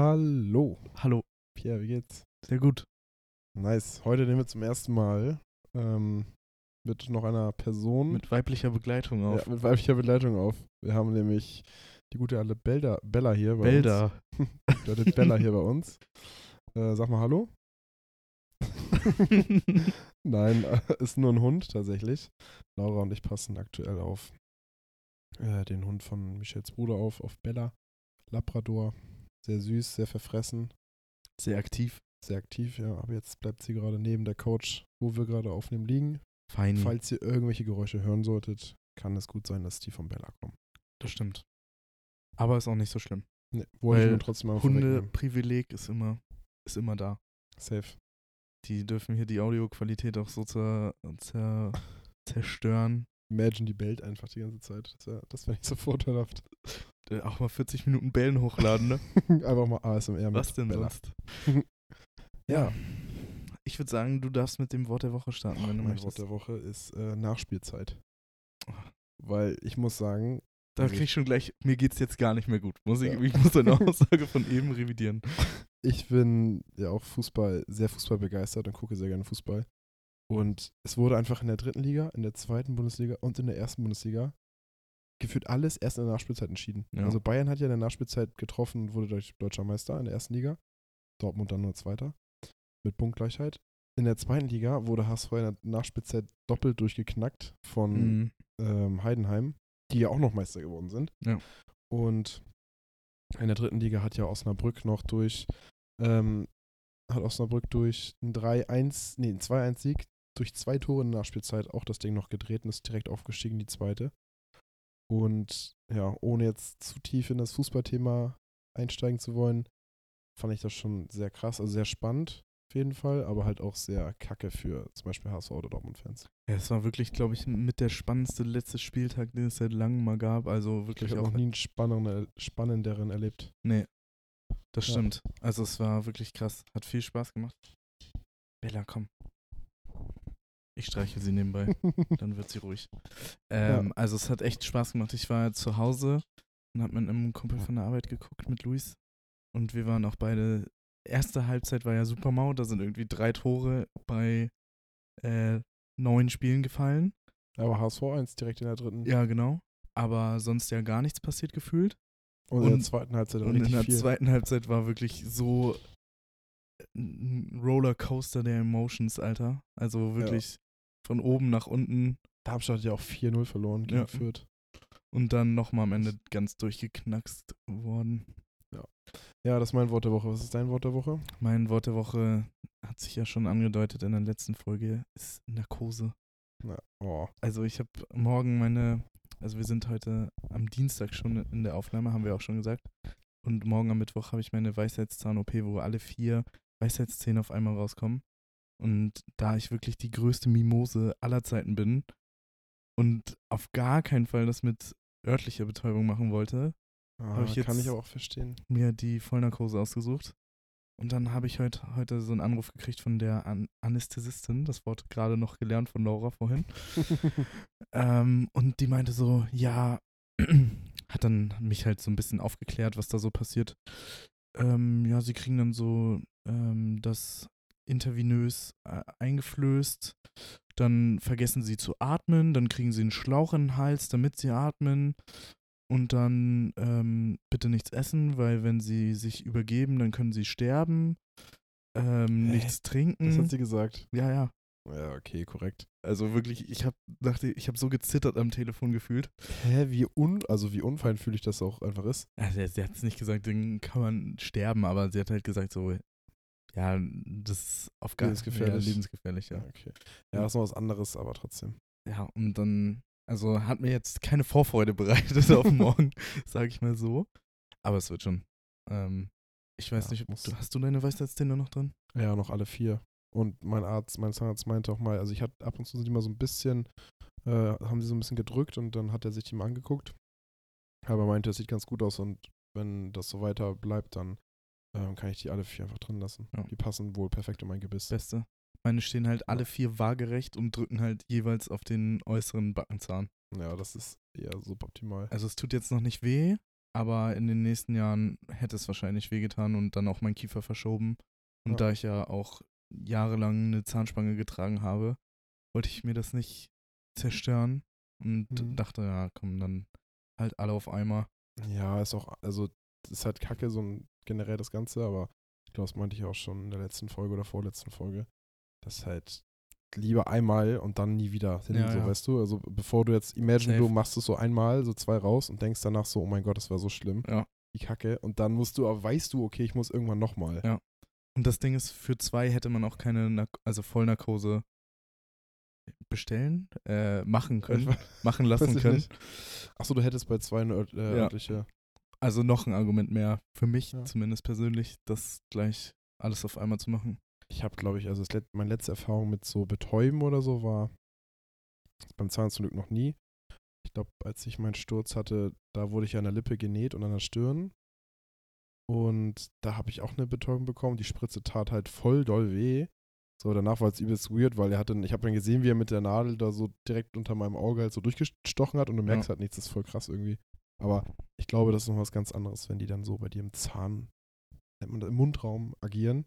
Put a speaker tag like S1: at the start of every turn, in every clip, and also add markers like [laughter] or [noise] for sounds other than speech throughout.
S1: Hallo,
S2: Hallo,
S1: Pierre, wie geht's?
S2: sehr gut.
S1: Nice. Heute nehmen wir zum ersten Mal ähm, mit noch einer Person
S2: Mit weiblicher Begleitung
S1: Hm? ja,
S2: auf.
S1: mit weiblicher Begleitung auf. Wir haben nämlich die gute alte Belda, Bella hier bei uns. [laughs]
S2: [laughs] Bilder.
S1: Die alte Bella
S2: [laughs]
S1: hier bei uns. Äh, sag mal Hallo. Nein, äh, ist nur ein Hund tatsächlich. Laura und ich passen aktuell auf äh, den Hund von Michels Bruder auf, auf Bella. Labrador. Sehr süß, sehr verfressen.
S2: [laughs] sehr aktiv.
S1: sehr aktiv, ja. Aber jetzt bleibt sie gerade neben der Couch, wo wir gerade aufnehmen, liegen.
S2: Fein.
S1: Falls ihr irgendwelche Geräusche hören solltet, kann es gut sein, dass die von Bella kommen.
S2: Das stimmt. Aber ist auch nicht so schlimm.
S1: Nee, wollte ich
S2: Weil
S1: nur trotzdem mal vorwegnehmen.
S2: Hundeprivileg ist immer, ist immer da.
S1: Safe.
S2: Die dürfen hier die Audioqualität auch so zer, zer, zerstören.
S1: Imagine, die bellt einfach die ganze Zeit. Das, wär- das wäre nicht so [laughs] vorteilhaft.
S2: Äh, Auch mal 40 Minuten Bällen hochladen, ne?
S1: [laughs] einfach mal ASMR mit
S2: Was denn
S1: Bella.
S2: sonst?
S1: [laughs] Ja.
S2: Ich würde sagen, du darfst mit dem Wort der Woche starten, wenn du
S1: Mein Wort
S2: möchtest.
S1: der Woche ist äh, Nachspielzeit.
S2: Ah.
S1: Weil ich muss sagen,
S2: Da krieg ich schon gleich, mir geht's jetzt gar nicht mehr gut. Muss ich,
S1: Also Ja.
S2: ich
S1: [laughs]
S2: muss deine Aussage von eben revidieren.
S1: ich bin ja auch Fußball, sehr Fußball begeistert und gucke sehr gerne Fußball. Und es wurde einfach in der dritten Liga, in der zweiten Bundesliga und in der ersten Bundesliga gefühlt alles erst in der Nachspielzeit entschieden.
S2: Ja.
S1: Also Bayern hat ja in der Nachspielzeit getroffen und wurde Deutsch- deutscher Meister in der ersten Liga. Dortmund dann nur Zweiter. Mit Punktgleichheit. In der zweiten Liga wurde HSV in der Nachspielzeit doppelt durchgeknackt von
S2: Mhm.
S1: ähm, Heidenheim, die ja auch noch Meister geworden sind.
S2: Ja.
S1: Und in der dritten Liga hat ja Osnabrück noch durch, ähm, hat Osnabrück durch ein 3-1, nee, ein 2-1-Sieg, durch zwei Tore in der Nachspielzeit auch das Ding noch gedreht und ist direkt aufgestiegen, in die zweite. Und ja, ohne jetzt zu tief in das Fußballthema einsteigen zu wollen, fand ich das schon sehr krass, also sehr spannend auf jeden Fall, aber halt auch sehr kacke für zum Beispiel HSV oder Dortmund-Fans.
S2: Ja, es war wirklich, glaube ich, mit der spannendste letzte Spieltag, den es seit langem mal gab. Also
S1: Ich
S2: wirklich
S1: habe
S2: auch.
S1: noch nie einen spannenderen, spannenderen erlebt.
S2: Das
S1: ja.
S2: stimmt. Also es war wirklich krass. Hat viel Spaß gemacht. Bella, komm. Ich streiche sie nebenbei. Dann wird sie ruhig. Ähm, Also es hat echt Spaß gemacht. Ich war zu Hause und habe mit einem Kumpel von der Arbeit geguckt, mit Luis. Und wir waren auch beide. Erste Halbzeit war ja super mau. Da sind irgendwie drei Tore bei äh, neun Spielen gefallen.
S1: Aber HSV 1 direkt in der dritten.
S2: Ja, genau. Aber sonst ja gar nichts passiert gefühlt.
S1: Und in der
S2: Und-
S1: zweiten Halbzeit dann
S2: Und in
S1: richtig
S2: der
S1: viel.
S2: zweiten Halbzeit war wirklich so ein Rollercoaster der Emotions, Alter. Also wirklich von oben nach unten
S1: Darmstadt hat ja auch 4-0 verloren gegen
S2: Ja.
S1: Fürth.
S2: und dann nochmal am Ende ganz durchgeknackst worden.
S1: Ja, das ist mein Wort der Woche. Was ist dein Wort der Woche?
S2: Mein Wort der Woche hat sich ja schon angedeutet in der letzten Folge, ist Narkose.
S1: Na, oh.
S2: Also ich habe morgen meine, also wir sind heute am Dienstag schon in der Aufnahme, haben wir auch schon gesagt. Und morgen am Mittwoch habe ich meine Weisheitszahn-OP, wo alle vier Weisheitszähne auf einmal rauskommen. Und da ich wirklich die größte Mimose aller Zeiten bin und auf gar keinen Fall das mit örtlicher Betäubung machen wollte,
S1: Ah,
S2: ich jetzt-
S1: kann ich aber auch verstehen.
S2: mir die Vollnarkose ausgesucht. Und dann habe ich heute, heute so einen Anruf gekriegt von der An Anästhesistin, das Wort gerade noch gelernt von Laura vorhin. Ähm, und die meinte so, ja, [clears throat] hat dann mich halt so ein bisschen aufgeklärt, was da so passiert. Ähm, ja, sie kriegen dann so ähm, das intervenös äh, eingeflößt. Dann vergessen sie zu atmen, dann kriegen sie einen Schlauch in den Hals, damit sie atmen. Und dann ähm, bitte nichts essen, weil wenn sie sich übergeben, dann können sie sterben. Ähm,
S1: Hä?
S2: nichts trinken.
S1: das hat sie gesagt.
S2: ja, ja.
S1: Ja, okay, korrekt.
S2: Also wirklich, ich habe dachte, ich habe so gezittert am Telefon gefühlt.
S1: Hä, wie un also wie unfeinfühlig das auch einfach ist.
S2: Also sie hat es nicht gesagt, dann kann man sterben, aber sie hat halt gesagt so, ja, das ist auf gar
S1: Lebensgefährlich.
S2: Ja, lebensgefährlich, ja.
S1: okay. Ja, das ist noch was anderes, aber trotzdem.
S2: Ja, und dann, also hat mir jetzt keine Vorfreude
S1: [laughs]
S2: bereitet [laughs] auf morgen, sage ich mal so. Aber es wird schon. Ähm, ich weiß
S1: Ja,
S2: nicht, ob
S1: muss-
S2: du, hast du deine Weisheitszähne noch drin?
S1: Ja, noch alle vier. Und mein Arzt, mein Zahnarzt meinte auch mal, also ich hatte ab und zu sind die mal so ein bisschen, äh, haben sie so ein bisschen gedrückt und dann hat er sich die mal angeguckt. Aber er meinte, das sieht ganz gut aus und wenn das so weiter bleibt, dann ähm, kann ich die alle vier einfach drin lassen.
S2: Ja.
S1: Die passen wohl perfekt in mein Gebiss.
S2: Beste. Meine stehen halt alle vier waagerecht und drücken halt jeweils auf den äußeren Backenzahn.
S1: Ja, das ist eher suboptimal.
S2: Also es tut jetzt noch nicht weh, Aber in den nächsten Jahren hätte es wahrscheinlich wehgetan und dann auch mein Kiefer verschoben. Und
S1: Ja.
S2: da ich ja auch jahrelang eine Zahnspange getragen habe, wollte ich mir das nicht zerstören und
S1: Mhm.
S2: dachte, ja, komm, dann halt alle auf einmal.
S1: Ja, ist auch, also das ist halt kacke, so ein, generell das Ganze, aber ich glaube, das meinte ich auch schon in der letzten Folge oder vorletzten Folge, dass halt lieber einmal und dann nie wieder hin,
S2: Ja,
S1: so
S2: ja.
S1: weißt du, also bevor du jetzt, imagine
S2: Safe.
S1: du machst es so einmal, so zwei raus und denkst danach so, oh mein Gott, das war so schlimm,
S2: Ja.
S1: die Kacke und dann musst du, aber weißt du, okay, ich muss irgendwann nochmal.
S2: Ja. Und das Ding ist, für zwei hätte man auch keine, Nark also Vollnarkose bestellen, äh, machen können, machen
S1: Weiß
S2: lassen
S1: ich
S2: können.
S1: nicht. Achso, du hättest bei zwei eine örtliche, äh,
S2: Ja.
S1: örtliche-
S2: Also noch ein Argument mehr für mich,
S1: Ja.
S2: zumindest persönlich, das gleich alles auf einmal zu machen.
S1: Ich habe, glaube ich, also das let meine letzte Erfahrung mit so Betäuben oder so war beim Zahnarzt zum Glück noch nie. Ich glaube, als ich meinen Sturz hatte, da wurde ich an der Lippe genäht und an der Stirn. Und da habe ich auch eine Betäubung bekommen. Die Spritze tat halt voll doll weh. So, danach war es übelst weird, weil er hat dann, ich habe dann gesehen, wie er mit der Nadel da so direkt unter meinem Auge halt so durchgestochen hat und du merkst halt nichts, das ist voll krass irgendwie. Aber ich glaube, das ist noch was ganz anderes, wenn die dann so bei dir im Zahn, nennt man das, im Mundraum agieren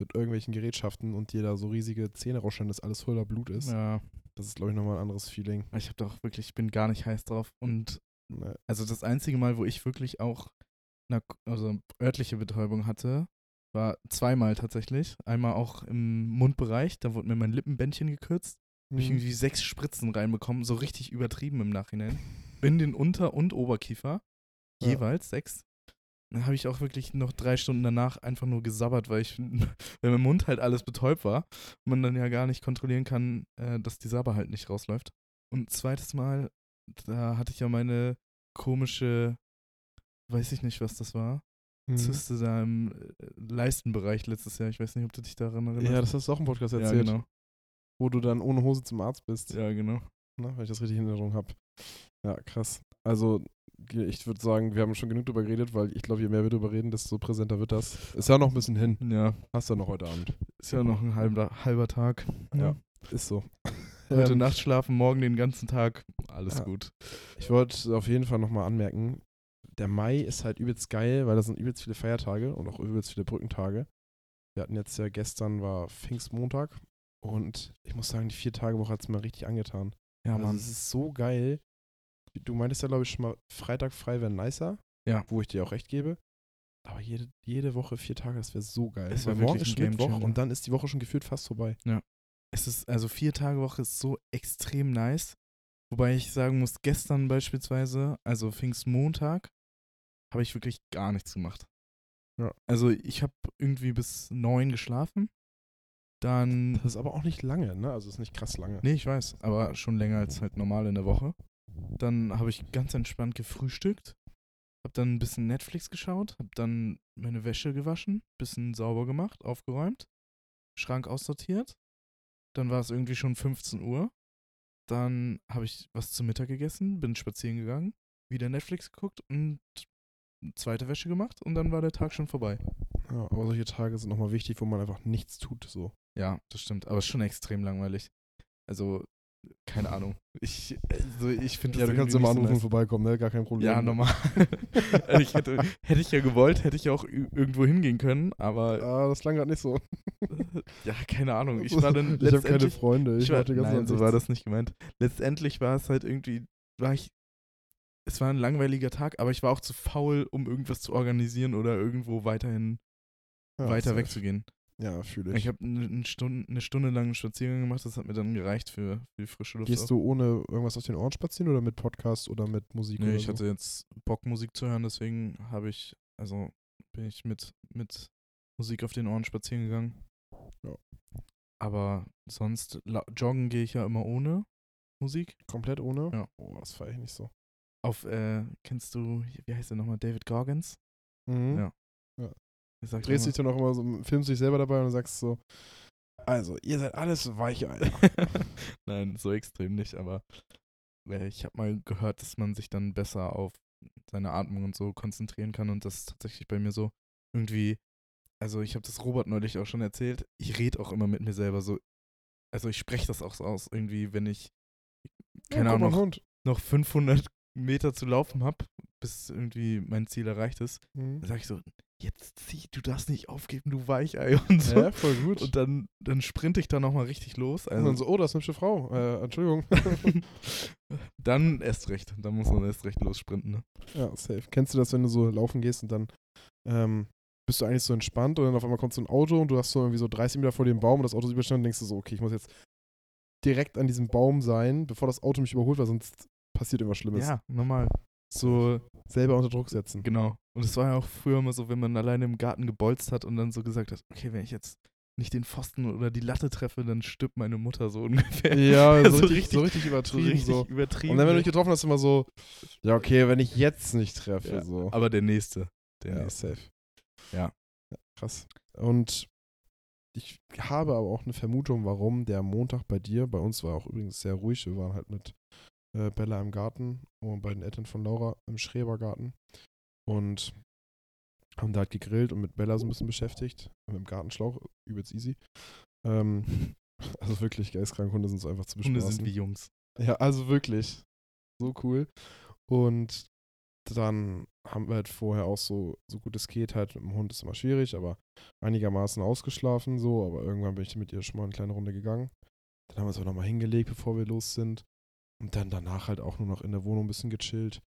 S1: mit irgendwelchen Gerätschaften und dir da so riesige Zähne rausstellen, dass alles voller Blut ist.
S2: Ja,
S1: Das ist, glaube ich, nochmal ein anderes Feeling.
S2: ich habe da auch wirklich, ich bin gar nicht heiß drauf. Und
S1: Ne,
S2: also das einzige Mal, wo ich wirklich auch Nark- also örtliche Betäubung hatte, war zweimal tatsächlich. Einmal auch im Mundbereich, da wurde mir mein Lippenbändchen gekürzt. Hab
S1: Hm, Mhm.
S2: ich irgendwie sechs Spritzen reinbekommen, so richtig übertrieben im Nachhinein. In den Unter- und Oberkiefer.
S1: Ja.
S2: Jeweils sechs. Dann habe ich auch wirklich noch drei Stunden danach einfach nur gesabbert, weil ich, [laughs] weil mein Mund halt alles betäubt war und man dann ja gar nicht kontrollieren kann, äh, dass die Sabber halt nicht rausläuft. Und zweites Mal, da hatte ich ja meine komische, weiß ich nicht, was das war,
S1: Mhm.
S2: Zyste da im äh, Leistenbereich letztes Jahr. Ich weiß nicht, ob du dich daran erinnerst.
S1: Ja, das hast du auch im Podcast
S2: ja,
S1: erzählt,
S2: genau.
S1: wo du dann ohne Hose zum Arzt bist,
S2: Ja, genau.
S1: ne, wenn ich das richtig in Erinnerung habe. Ja, krass. Also, ge- ich würde sagen, wir haben schon genug drüber geredet, weil ich glaube, je mehr wir drüber reden, desto präsenter wird das. Ist ja noch ein bisschen hin.
S2: Ja,
S1: Hast du ja noch heute Abend.
S2: ist ja noch ein halber, halber Tag.
S1: Ja. Ist so.
S2: [laughs] Heute
S1: Ähm,
S2: Nacht schlafen, morgen den ganzen Tag. Alles
S1: Ja.
S2: gut.
S1: Ich wollte auf jeden Fall nochmal anmerken, der Mai ist halt übelst geil, weil da sind übelst viele Feiertage und auch übelst viele Brückentage. Wir hatten jetzt ja gestern war Pfingstmontag und ich muss sagen, die Vier-Tage-Woche hat es mir richtig angetan.
S2: Ja,
S1: also es ist so geil. Du meintest ja, glaube ich, schon mal, Freitag frei wäre nicer.
S2: Ja.
S1: Wo ich dir auch recht gebe. Aber jede, jede Woche vier Tage, das wäre so geil.
S2: Es
S1: Weil
S2: wär
S1: morgen
S2: wirklich
S1: ist
S2: ein
S1: schon Mittwoch
S2: Gamechanger.
S1: und dann ist die Woche schon gefühlt fast vorbei.
S2: Es ist, also vier Tage Woche ist so extrem nice. Wobei ich sagen muss, gestern beispielsweise, also Pfingstmontag, habe ich wirklich gar nichts gemacht.
S1: Ja.
S2: Also ich habe irgendwie bis neun geschlafen. Dann,
S1: Das ist aber auch nicht lange, ne? Also ist nicht krass lange.
S2: nee, ich weiß, aber schon länger als halt normal in der Woche. Dann habe ich ganz entspannt gefrühstückt. Hab dann ein bisschen Netflix geschaut, hab dann meine Wäsche gewaschen, bisschen sauber gemacht, aufgeräumt, Schrank aussortiert. Dann war es irgendwie schon 15 Uhr. Dann habe ich was zu Mittag gegessen, bin spazieren gegangen, wieder Netflix geguckt und zweite Wäsche gemacht und dann war der Tag schon vorbei.
S1: Ja, aber solche Tage sind nochmal wichtig, wo man einfach nichts tut, so.
S2: Ja, das stimmt, aber ist schon extrem langweilig. Also, keine Ahnung. Ich, also ich finde
S1: Ja,
S2: das
S1: du kannst
S2: irgendwie
S1: immer
S2: nicht so
S1: anrufen
S2: nice.
S1: und vorbeikommen, ne? Gar kein Problem.
S2: Ja, normal. [laughs] Also ich hätte, hätte ich ja gewollt, hätte ich ja auch i- irgendwo hingehen können, aber
S1: Ah, das klang gerade nicht so.
S2: ja, keine Ahnung.
S1: [laughs]
S2: Ich war dann
S1: ich habe keine
S2: letztendlich.
S1: Freunde. Ich,
S2: ich war,
S1: hatte ganz
S2: nein, so war das nicht gemeint. Letztendlich war es halt irgendwie, war ich. Es war ein langweiliger Tag, aber ich war auch zu faul, um irgendwas zu organisieren oder irgendwo weiterhin weiter wegzugehen.
S1: Ja, fühle ich.
S2: Ich habe eine Stunde, eine Stunde lang einen Spaziergang gemacht, das hat mir dann gereicht für, für die frische Luft.
S1: Gehst du ohne irgendwas auf den Ohren spazieren oder mit Podcast oder mit Musik?
S2: Nee,
S1: oder
S2: ich
S1: so?
S2: hatte jetzt Bock, Musik zu hören, deswegen habe ich, also bin ich mit, mit Musik auf den Ohren spazieren gegangen.
S1: Ja.
S2: Aber sonst, la- joggen gehe ich ja immer ohne Musik.
S1: komplett ohne.
S2: Ja.
S1: Oh, das feiere ich nicht so.
S2: Auf, äh, kennst du, wie heißt der nochmal, David Gorgens?
S1: Mhm.
S2: Ja. Er
S1: Du
S2: sagt
S1: drehst dich
S2: immer-
S1: dann auch immer so, filmst dich selber dabei und sagst so, also, ihr seid alles Weicheier.
S2: [laughs] Nein, so extrem nicht, aber äh, ich habe mal gehört, dass man sich dann besser auf seine Atmung und so konzentrieren kann und das ist tatsächlich bei mir so irgendwie, also ich habe das Robert neulich auch schon erzählt, ich rede auch immer mit mir selber so, also ich spreche das auch so aus, irgendwie, wenn ich, keine
S1: ja, guck mal,
S2: Ahnung,
S1: ein
S2: noch,
S1: Hund.
S2: noch 500 Meter zu laufen habe, bis irgendwie mein Ziel erreicht ist.
S1: Mhm.
S2: Dann sage ich so, jetzt zieh, du darfst nicht aufgeben, du Weichei [laughs] und so.
S1: [laughs] Ja, voll gut.
S2: Also, Und dann, dann sprinte ich da nochmal richtig los.
S1: Und
S2: Also
S1: dann so, oh, das ist eine hübsche Frau. Äh,
S2: [laughs]
S1: Entschuldigung.
S2: dann erst recht. Dann muss man erst recht lossprinten. Ne?
S1: ja, safe. Kennst du das, wenn du so laufen gehst und dann ähm, bist du eigentlich so entspannt und dann auf einmal kommt so ein Auto und du hast so irgendwie so 30 Meter vor dem Baum und das Auto ist überstanden und denkst du so, okay, ich muss jetzt direkt an diesem Baum sein, bevor das Auto mich überholt, weil sonst passiert irgendwas Schlimmes.
S2: Ja, normal.
S1: So selber unter Druck setzen.
S2: Genau. Und es war ja auch früher immer so, wenn man alleine im Garten gebolzt hat und dann so gesagt hat, okay, wenn ich jetzt nicht den Pfosten oder die Latte treffe, dann stirbt meine Mutter so [laughs] ungefähr. [laughs]
S1: Ja, so,
S2: Genau. So
S1: richtig, so richtig
S2: richtig- [laughs] So
S1: übertrieben.
S2: richtig
S1: so.
S2: übertrieben.
S1: Und dann, wenn du dich getroffen hast, immer so, ja, okay, wenn ich jetzt nicht treffe,
S2: Ja,
S1: so.
S2: Aber der nächste. Der
S1: Ja,
S2: nächste.
S1: safe.
S2: Ja.
S1: Krass. Und ich habe aber auch eine Vermutung, warum der Montag bei dir, bei uns war auch übrigens sehr ruhig, wir waren halt mit äh, Bella im Garten und bei den Eltern von Laura im Schrebergarten und haben da halt gegrillt und mit Bella so ein bisschen beschäftigt, mit dem Gartenschlauch, übelst easy. Ähm, [laughs] also wirklich geistkrank, Hunde sind so einfach zu
S2: Hunde
S1: bespaßen.
S2: sind wie Jungs.
S1: Ja, also wirklich. So cool. Und dann haben wir halt vorher auch so, so gut es geht, halt mit dem Hund ist immer schwierig, aber einigermaßen ausgeschlafen, so, aber irgendwann bin ich mit ihr schon mal eine kleine Runde gegangen. Dann haben wir uns auch nochmal hingelegt, bevor wir los sind. Und dann danach halt auch nur noch in der Wohnung ein bisschen gechillt,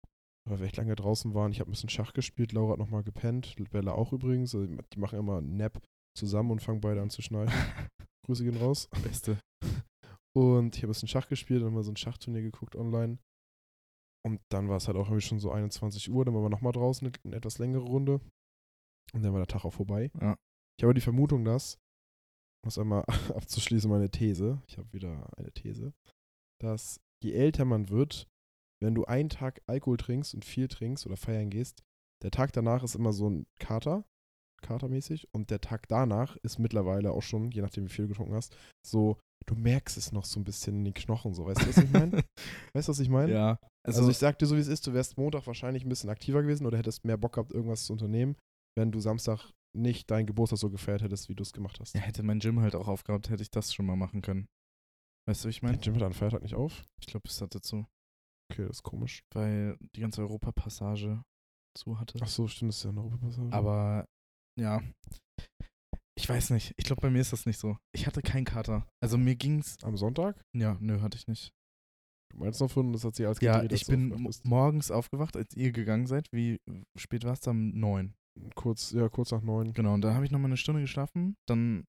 S1: weil wir echt lange draußen waren. Ich habe ein bisschen Schach gespielt, Laura hat nochmal gepennt, Bella auch übrigens. Also die machen immer einen Nap zusammen und fangen beide an zu schneiden. Grüße gehen raus.
S2: [laughs] Beste.
S1: Und ich habe ein bisschen Schach gespielt und mal so ein Schachturnier geguckt online. Und dann war es halt auch irgendwie schon so 21 Uhr, dann waren wir nochmal draußen, eine, eine etwas längere Runde. Und dann war der Tag auch vorbei.
S2: Ja.
S1: Ich habe die Vermutung, dass, um es einmal [laughs] abzuschließen, meine These, ich habe wieder eine These, dass je älter man wird, wenn du einen Tag Alkohol trinkst und viel trinkst oder feiern gehst, der Tag danach ist immer so ein Kater, katermäßig. Und der Tag danach ist mittlerweile auch schon, je nachdem wie viel du getrunken hast, so, du merkst es noch so ein bisschen in den Knochen. So, weißt du, was ich
S2: [laughs]
S1: meine? weißt du, was ich meine?
S2: ja.
S1: Also, ich sag dir so, wie es ist, du wärst Montag wahrscheinlich ein bisschen aktiver gewesen oder hättest mehr Bock gehabt, irgendwas zu unternehmen, wenn du Samstag nicht deinen Geburtstag so gefeiert hättest, wie du es gemacht hast.
S2: Ja, hätte mein Gym halt auch aufgehabt, hätte ich das schon mal machen können. Weißt du, wie ich meine?
S1: Geht Jim hat an Feiertag nicht auf?
S2: Ich glaube, es hatte zu,
S1: Okay, das ist komisch.
S2: weil die ganze Europapassage zu hatte.
S1: Ach so, stimmt, das ist ja eine Europapassage.
S2: Aber ja, ich weiß nicht. Ich glaube, bei mir ist das nicht so. Ich hatte keinen Kater. Also mir ging's.
S1: Am Sonntag?
S2: Ja, nö, hatte ich nicht.
S1: Du meinst noch von, das hat sich alles
S2: Ja,
S1: gedreht, dass
S2: ich
S1: du
S2: bin
S1: aufgewacht
S2: mo-
S1: bist.
S2: morgens aufgewacht, als ihr gegangen seid. Wie spät war es dann? Neun.
S1: kurz, ja, kurz nach neun.
S2: Genau, und dann habe ich nochmal eine Stunde geschlafen. Dann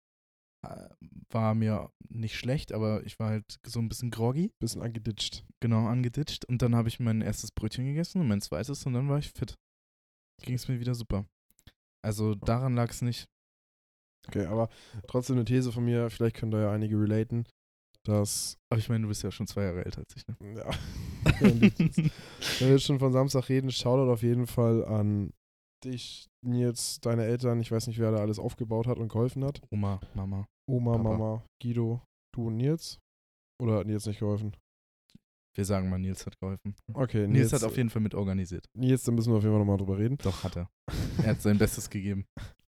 S2: äh, war mir nicht schlecht, aber ich war halt so ein bisschen groggy,
S1: Bisschen angeditscht.
S2: genau, angeditscht. Und dann habe ich mein erstes Brötchen gegessen und mein zweites und dann war ich fit. Ging es mir wieder super. Also daran lag es nicht.
S1: Okay, aber trotzdem eine These von mir, vielleicht können da ja einige relaten, dass.
S2: Aber ich meine, du bist ja schon zwei Jahre älter als ich, ne? [laughs]
S1: Ja, [laughs] Wenn wir jetzt schon von Samstag reden, Shoutout auf jeden Fall an dich, Nils, deine Eltern. Ich weiß nicht, wer da alles aufgebaut hat und geholfen [laughs] hat.
S2: Oma, Mama.
S1: Oma,
S2: Papa.
S1: Mama, Guido, du und Nils. Oder hat Nils nicht geholfen?
S2: Wir sagen mal, Nils hat geholfen.
S1: Okay,
S2: Nils, hat auf jeden Fall mit organisiert.
S1: Nils, da müssen wir auf jeden Fall nochmal drüber reden.
S2: Doch, hat er. Er hat sein Bestes gegeben.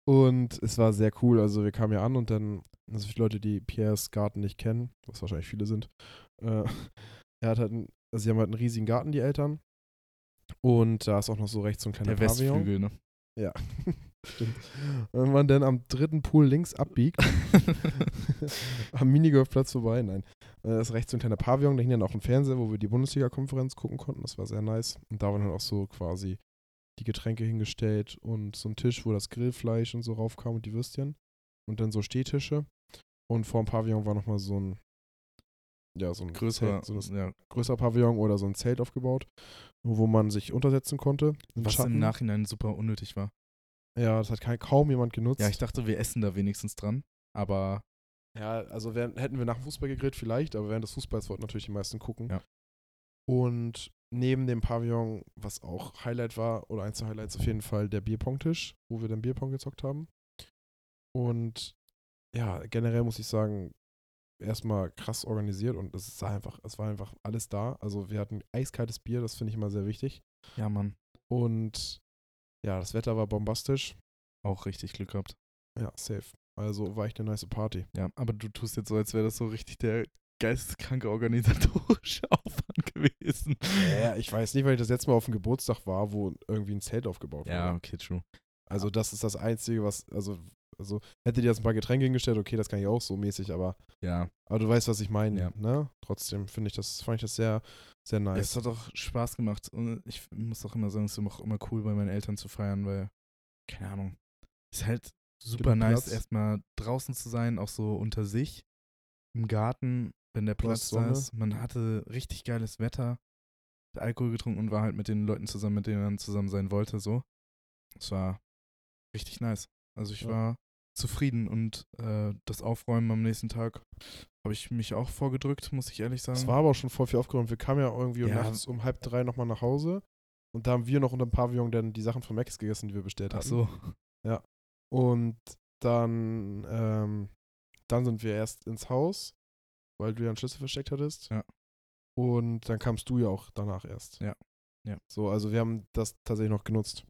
S1: Und es war sehr cool. Also wir kamen ja an und dann, also für die Leute, die Pierres Garten nicht kennen, was wahrscheinlich viele sind, äh, [laughs] er hat halt, einen- also sie haben halt einen riesigen Garten, die Eltern. Und da ist auch noch so rechts so ein kleiner
S2: Der
S1: Pavillon.
S2: Westflügel, ne?
S1: Ja, stimmt. Und wenn man dann am dritten Pool links
S2: [laughs]
S1: abbiegt, am Minigolfplatz vorbei, nein. Äh, Da ist rechts so ein kleiner Pavillon, da hing dann auch ein Fernseher, wo wir die Bundesliga-Konferenz gucken konnten. Das war sehr nice. Und da waren dann auch so quasi die Getränke hingestellt und so ein Tisch, wo das Grillfleisch und so raufkam und die Würstchen. Und dann so Stehtische. Und vor dem Pavillon war nochmal so ein, ja, so ein
S2: Größer,
S1: Zelt, so ein
S2: ja,
S1: größerer Pavillon oder so ein Zelt aufgebaut, wo man sich untersetzen konnte. Im
S2: was
S1: Schatten.
S2: im Nachhinein super unnötig war.
S1: Ja, das hat kein, kaum jemand genutzt.
S2: Ja, ich dachte, wir essen da wenigstens dran. Aber
S1: Ja, also während, hätten wir nach dem Fußball gegrillt vielleicht, aber während des Fußballs wollten natürlich die meisten gucken.
S2: Ja.
S1: Und neben dem Pavillon, was auch Highlight war, oder eins der Highlights auf jeden Fall, der Bierpong-Tisch, wo wir dann Bierpong gezockt haben. Und ja, generell muss ich sagen, erstmal krass organisiert und es sah einfach, es war einfach alles da. Also wir hatten eiskaltes Bier, das finde ich immer sehr wichtig.
S2: ja, Mann,
S1: Und ja, das Wetter war bombastisch.
S2: auch richtig Glück gehabt.
S1: Ja, safe. Also war echt eine nice Party.
S2: Ja, aber du tust jetzt so, als wäre das so richtig der geisteskranke organisatorische [laughs] Aufwand. gewesen.
S1: Ja, ich weiß nicht, weil ich das letzte Mal auf dem Geburtstag war, wo irgendwie ein Zelt aufgebaut
S2: Ja,
S1: wurde.
S2: okay, true.
S1: Also das ist das Einzige, was, also, also hätte dir jetzt ein paar Getränke hingestellt, okay, das kann ich auch so mäßig, aber,
S2: Ja,
S1: aber du weißt, was ich meine,
S2: Ja.
S1: ne? Trotzdem finde ich das, fand ich das sehr, sehr
S2: es
S1: nice.
S2: hat auch Spaß gemacht. Und ich muss auch immer sagen, es ist immer- auch immer cool, bei meinen Eltern zu feiern, weil, keine Ahnung, ist halt super
S1: Genug
S2: nice,
S1: Platz.
S2: erstmal draußen zu sein, auch so unter sich, im Garten, wenn der
S1: Du hast
S2: Platz da
S1: Sonne.
S2: ist. Man hatte richtig geiles Wetter, hat Alkohol getrunken und war halt mit den Leuten zusammen, mit denen man zusammen sein wollte, so. Es war richtig nice. Also ich
S1: Ja.
S2: war zufrieden und äh, das Aufräumen am nächsten Tag habe ich mich auch vorgedrückt, muss ich ehrlich sagen.
S1: Es war aber auch schon voll viel aufgeräumt. Wir kamen ja irgendwie um
S2: Ja.
S1: nachts um halb drei nochmal nach Hause und da haben wir noch unter dem Pavillon dann die Sachen von Max gegessen, die wir bestellt
S2: Ach
S1: hatten.
S2: so.
S1: Und dann, ähm, dann sind wir erst ins Haus, weil du ja einen Schlüssel versteckt hattest.
S2: Ja.
S1: Und dann kamst du ja auch danach erst.
S2: Ja. Ja.
S1: So, also wir haben das tatsächlich noch genutzt.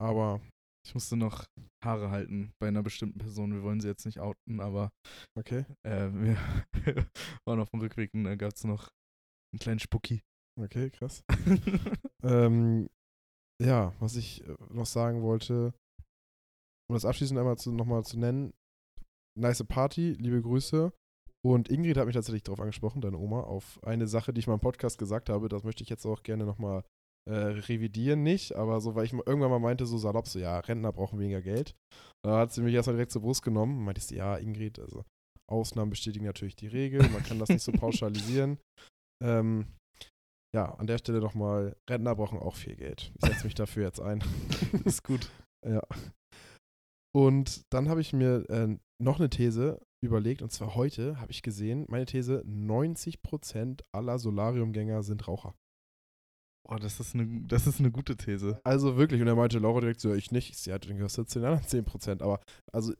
S1: Aber,
S2: Ich musste noch Haare halten bei einer bestimmten Person. Wir wollen sie jetzt nicht outen, aber
S1: okay.
S2: äh, wir [laughs] waren auf dem Rückweg und da gab es noch einen kleinen [laughs] Spucki.
S1: Okay, krass. Ähm, ja, was ich äh, noch sagen wollte, um das abschließend einmal zu, nochmal zu nennen, nice Party, liebe Grüße. Und Ingrid hat mich tatsächlich darauf angesprochen, deine Oma, auf eine Sache, die ich mal im Podcast gesagt habe, das möchte ich jetzt auch gerne nochmal äh, revidieren, nicht, aber so, weil ich mal- irgendwann mal meinte, so salopp, so, ja, Rentner brauchen weniger Geld. Da hat sie mich erstmal direkt zur Brust genommen und meinte, ich so, ja, Ingrid, also Ausnahmen bestätigen natürlich die Regel, man kann das nicht so pauschalisieren. Ähm, ja, an der Stelle nochmal, Rentner brauchen auch viel Geld. Ich setze mich dafür jetzt ein.
S2: Ist gut.
S1: Ja. Und dann habe ich mir äh, noch eine These überlegt, und zwar heute habe ich gesehen, meine These, 90% aller Solariumgänger sind Raucher.
S2: Boah, das ist eine, das ist eine gute These.
S1: Also wirklich, und er meinte Laura direkt so, ja, ich nicht. Ich so, ja, dann gehörst du zu den anderen 10%. Aber also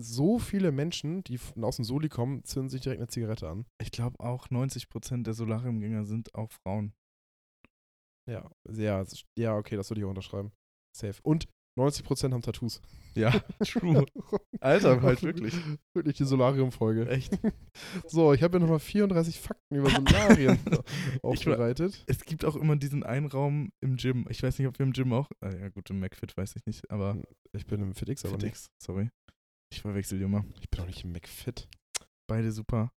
S1: so viele Menschen, die von aus dem Soli kommen, zünden sich direkt eine Zigarette an.
S2: Ich glaube auch 90% der Solariumgänger sind auch Frauen.
S1: Ja, ja, es- ja okay, das würde ich auch unterschreiben. Safe. Und 90% haben Tattoos.
S2: Ja, true. [laughs] Alter, halt wirklich.
S1: Wirklich die Solarium-Folge.
S2: Echt.
S1: So, ich habe hier nochmal 34 Fakten über Solarien
S2: genau. Ich war-
S1: aufbereitet.
S2: Es gibt auch immer diesen einen Raum im Gym. Ich weiß nicht, ob wir im Gym auch. Ah, ja, gut, im McFit weiß ich nicht, aber.
S1: Ich bin im FitX, aber nicht.
S2: FitX, sorry. Ich verwechsel die immer.
S1: Ich bin auch nicht im McFit.
S2: beide super.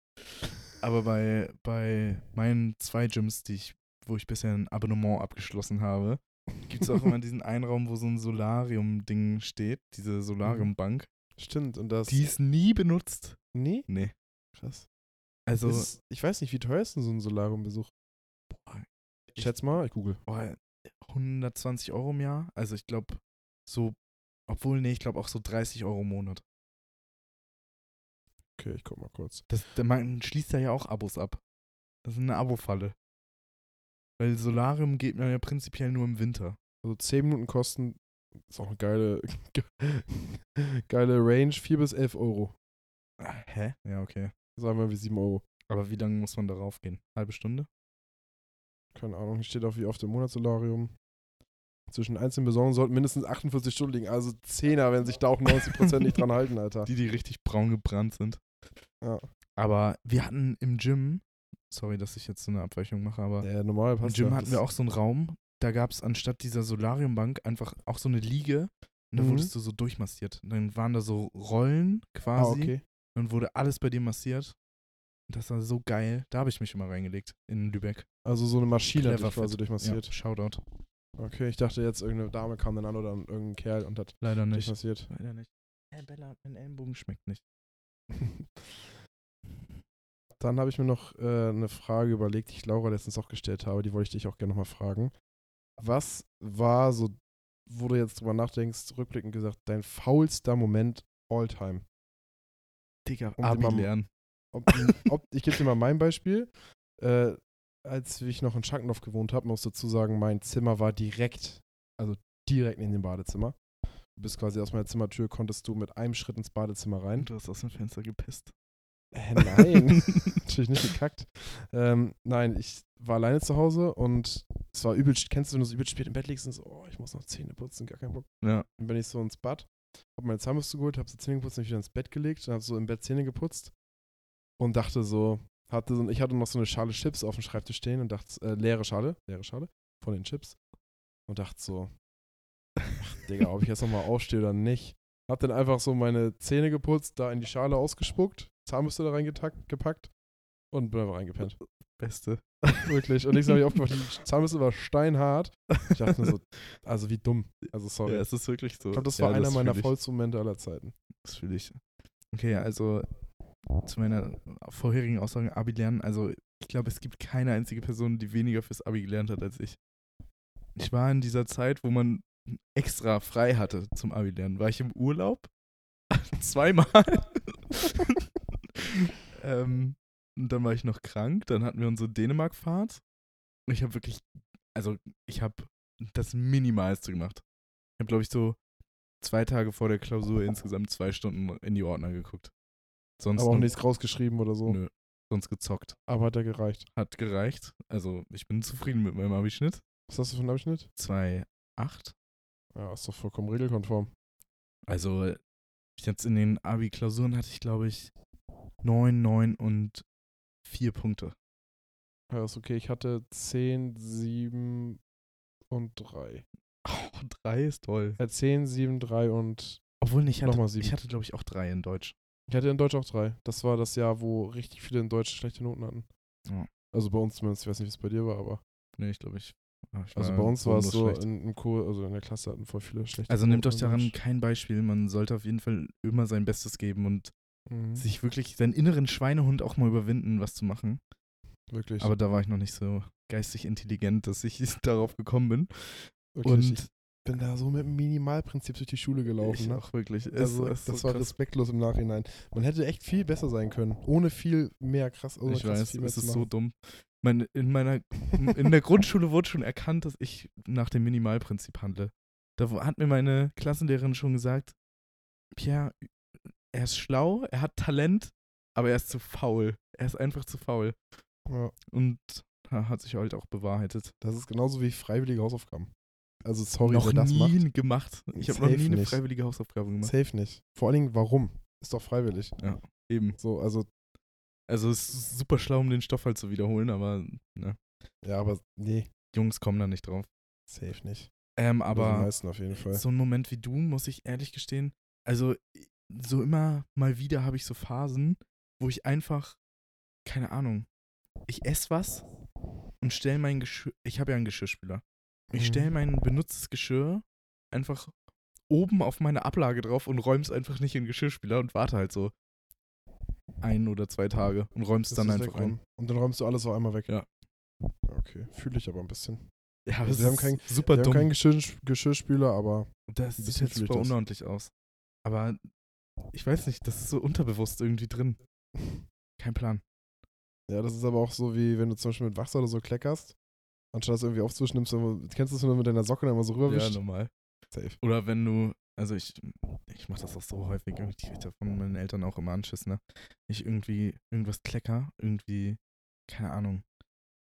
S2: Aber bei, bei meinen zwei Gyms, die ich, wo ich bisher ein Abonnement abgeschlossen habe, gibt es
S1: [laughs]
S2: auch immer diesen einen Raum, wo so ein Solarium-Ding steht, diese Solariumbank.
S1: Mhm. Stimmt, und das.
S2: Die ist nie benutzt.
S1: nee?
S2: Nee.
S1: Krass.
S2: Also,
S1: Ist, ich weiß nicht, wie teuer ist denn so ein Solariumbesuch?
S2: boah,
S1: Ich schätze mal, ich google.
S2: boah, 120 Euro im Jahr. Also ich glaube, so, obwohl, nee, ich glaube auch so 30 Euro im Monat.
S1: Okay, ich guck mal kurz.
S2: Das, der, man schließt da ja auch Abos ab. Das ist eine Abo-Falle. Weil Solarium geht man ja prinzipiell nur im Winter.
S1: Also 10 Minuten kosten, ist auch eine geile, [laughs] geile Range, 4 bis 11 Euro.
S2: Ah, Hä? Ja, okay.
S1: Sagen wir wie 7 Euro.
S2: Aber wie lange muss man darauf gehen? Halbe Stunde?
S1: Keine Ahnung, hier steht auch wie oft im Monat Solarium. Zwischen einzelnen Besorgungen sollten mindestens 48 Stunden liegen. Also 10er, wenn sich da auch 90% nicht dran halten,
S2: [laughs]
S1: Alter.
S2: Die, die richtig braun gebrannt sind.
S1: Ja.
S2: Aber wir hatten im Gym, sorry, dass ich jetzt so eine Abweichung mache, aber
S1: Ja, normal
S2: im
S1: passt
S2: Gym
S1: ja.
S2: hatten
S1: Das-
S2: wir auch so einen Raum, da gab es anstatt dieser Solariumbank einfach auch so eine Liege und da
S1: Mhm.
S2: wurdest du so durchmassiert. Und dann waren da so Rollen
S1: Ah,
S2: quasi
S1: okay.
S2: und wurde alles bei dir massiert. Und Das war so geil. Da habe ich mich immer reingelegt in Lübeck.
S1: Also so eine Maschine hat
S2: Clever
S1: dich quasi
S2: fit.
S1: durchmassiert.
S2: Ja, Shoutout.
S1: Okay, ich dachte jetzt irgendeine Dame kam dann an oder irgendein Kerl und hat
S2: Leider
S1: dich
S2: nicht.
S1: massiert. [laughs]
S2: Leider nicht. Hey, Bella, mein Ellenbogen schmeckt nicht.
S1: Dann habe ich mir noch äh, eine Frage überlegt, die ich Laura letztens auch gestellt habe, die wollte ich dich auch gerne nochmal fragen. Was war so, wo du jetzt drüber nachdenkst, rückblickend gesagt, dein faulster Moment all time?
S2: Digga,
S1: Um
S2: Abi
S1: immer-
S2: lernen.
S1: Ob, ob, ich gebe dir mal mein Beispiel. Äh, als ich noch in Schankenhof gewohnt habe, muss dazu sagen, mein Zimmer war direkt, also direkt in dem Badezimmer. Du bist quasi aus meiner Zimmertür, konntest du mit einem Schritt ins Badezimmer rein.
S2: Du hast aus dem Fenster gepisst.
S1: Äh,
S2: [laughs]
S1: nein, natürlich nicht gekackt. Ähm, nein, ich war alleine zu Hause und es war übel, kennst du, wenn du so übel spät im Bett liegst und so, oh, ich muss noch Zähne putzen, gar keinen Bock.
S2: Ja.
S1: Dann bin ich so ins Bad, hab meine Zahnbürste geholt, hab so Zähne geputzt, mich wieder ins Bett gelegt und hab so im Bett Zähne geputzt und dachte so, Hatte so, ich hatte noch so eine Schale Chips auf dem Schreibtisch stehen und dachte, äh, leere Schale, leere Schale von den Chips. Und dachte so, ach, Digga, ob ich jetzt nochmal aufstehe oder nicht. Hab dann einfach so meine Zähne geputzt, da in die Schale ausgespuckt, Zahnbürste da reingepackt und bin einfach reingepennt.
S2: Beste.
S1: Wirklich. Und ich habe ich aufgewacht, die Zahnbürste war steinhart. Ich dachte mir so, also wie dumm. Also sorry.
S2: Ja, es ist wirklich so.
S1: Ich glaube, das
S2: ja,
S1: war einer meiner
S2: fühl ich.
S1: vollsten Momente aller Zeiten.
S2: Das fühle ich. Okay, also zu meiner vorherigen Aussage, Abi lernen. Also ich glaube, es gibt keine einzige Person, die weniger fürs Abi gelernt hat als ich. Ich war in dieser Zeit, wo man extra frei hatte zum Abi lernen. War ich im Urlaub? [laughs] Zweimal. [laughs] ähm, und dann war ich noch krank. Dann hatten wir unsere Dänemark-Fahrt. Und ich habe wirklich, also ich habe das Minimalste gemacht. Ich habe, glaube ich, so zwei Tage vor der Klausur insgesamt zwei Stunden in die Ordner geguckt. Sonst,
S1: Aber auch
S2: nur-
S1: nichts rausgeschrieben oder so.
S2: Nö, sonst gezockt.
S1: Aber hat er gereicht.
S2: Hat gereicht. Also ich bin zufrieden mit meinem Abischnitt.
S1: Was hast du für einen Abschnitt?
S2: 2,8.
S1: Ja, ist doch vollkommen regelkonform.
S2: Also äh, jetzt in den Abi-Klausuren hatte ich, glaube ich, 9, 9 und 4 Punkte.
S1: Ja, ist okay. Ich hatte 10, 7 und 3.
S2: [laughs] Oh, 3 ist toll.
S1: Äh, 10, 7, 3 und.
S2: Obwohl, nicht, ich hatte,
S1: Nochmal sieben.
S2: ich hatte glaube ich, auch 3 in Deutsch.
S1: Ich hatte in Deutsch auch 3. Das war das Jahr, wo richtig viele in Deutsch schlechte Noten hatten.
S2: Ja.
S1: Also bei uns zumindest. Ich weiß nicht, wie es bei dir war, aber.
S2: Nee, ich glaube, ich, ah, ich
S1: Also
S2: war
S1: bei uns war es so,
S2: grundlos schlecht.
S1: in, im Kur, also in der Klasse hatten voll viele schlechte
S2: äh, Also nehmt euch
S1: in
S2: daran
S1: Deutsch.
S2: kein Beispiel. Man sollte auf jeden Fall immer sein Bestes geben und
S1: Mhm.
S2: sich wirklich seinen inneren Schweinehund auch mal überwinden, was zu machen.
S1: Wirklich.
S2: Aber da war ich noch nicht so geistig intelligent, dass ich [laughs] darauf gekommen bin.
S1: wirklich.
S2: und
S1: ich bin da so mit dem Minimalprinzip durch die Schule gelaufen.
S2: ich
S1: Ne?
S2: auch wirklich. Es,
S1: Also,
S2: es ist
S1: das
S2: so
S1: war
S2: krass.
S1: respektlos im Nachhinein. Man hätte echt viel besser sein können. Ohne viel mehr krass. ohne
S2: Ich
S1: krass
S2: weiß,
S1: viel mehr
S2: es
S1: zu
S2: ist so
S1: machen.
S2: dumm. Meine, in meiner
S1: [laughs]
S2: in der Grundschule wurde schon erkannt, dass ich nach dem Minimalprinzip handle. Da wo- hat mir meine Klassenlehrerin schon gesagt, Pierre, er ist schlau, er hat Talent, aber er ist zu faul. Er ist einfach zu faul.
S1: Ja,
S2: Und ha, hat sich halt auch bewahrheitet.
S1: das ist genauso wie freiwillige Hausaufgaben. Also sorry,
S2: noch
S1: wer das
S2: nie
S1: macht.
S2: gemacht. Ich habe noch
S1: Safe
S2: nie eine
S1: nicht.
S2: freiwillige Hausaufgabe gemacht.
S1: Safe nicht. Vor allen Dingen, warum? Ist doch freiwillig.
S2: Eben.
S1: So, also,
S2: Also es ist super schlau, um den Stoff halt zu wiederholen, aber ne,
S1: ja, aber nee,
S2: Jungs kommen da nicht drauf.
S1: safe nicht.
S2: Ähm,
S1: Also die
S2: aber
S1: meisten auf jeden Fall.
S2: so ein Moment wie du, muss ich ehrlich gestehen, also so immer mal wieder habe ich so Phasen, wo ich einfach, keine Ahnung, ich esse was und stelle mein Geschirr, ich habe ja einen Geschirrspüler, ich
S1: Mhm.
S2: stelle mein benutztes Geschirr einfach oben auf meine Ablage drauf und räume es einfach nicht in den Geschirrspüler und warte halt so ein oder zwei Tage und räum's
S1: Das
S2: dann
S1: ist der
S2: einfach ein.
S1: Grund. Und dann räumst du alles auf einmal weg.
S2: Ja.
S1: Okay, fühle ich aber ein bisschen.
S2: Ja,
S1: Also
S2: das
S1: wir haben
S2: ist
S1: kein-
S2: super
S1: Wir
S2: dumm.
S1: haben keinen Geschirr, Geschirrspüler, aber
S2: das
S1: ein
S2: sieht
S1: bisschen
S2: halt
S1: fühl ich
S2: super
S1: das.
S2: unordentlich aus. Aber ich weiß nicht, das ist so unterbewusst irgendwie drin. Kein Plan.
S1: Ja, das ist aber auch so, wie wenn du zum Beispiel mit Wasser oder so kleckerst, anstatt es irgendwie aufzuwischen, nimmst du immer, kennst du das, wenn du mit deiner Socke dann immer so rüberwischst?
S2: normal.
S1: Safe.
S2: Oder wenn du, also ich, ich mache das auch so häufig, irgendwie ich krieg da von meinen Eltern auch immer Anschiss, ne? Ich irgendwie irgendwas klecker, irgendwie, keine Ahnung,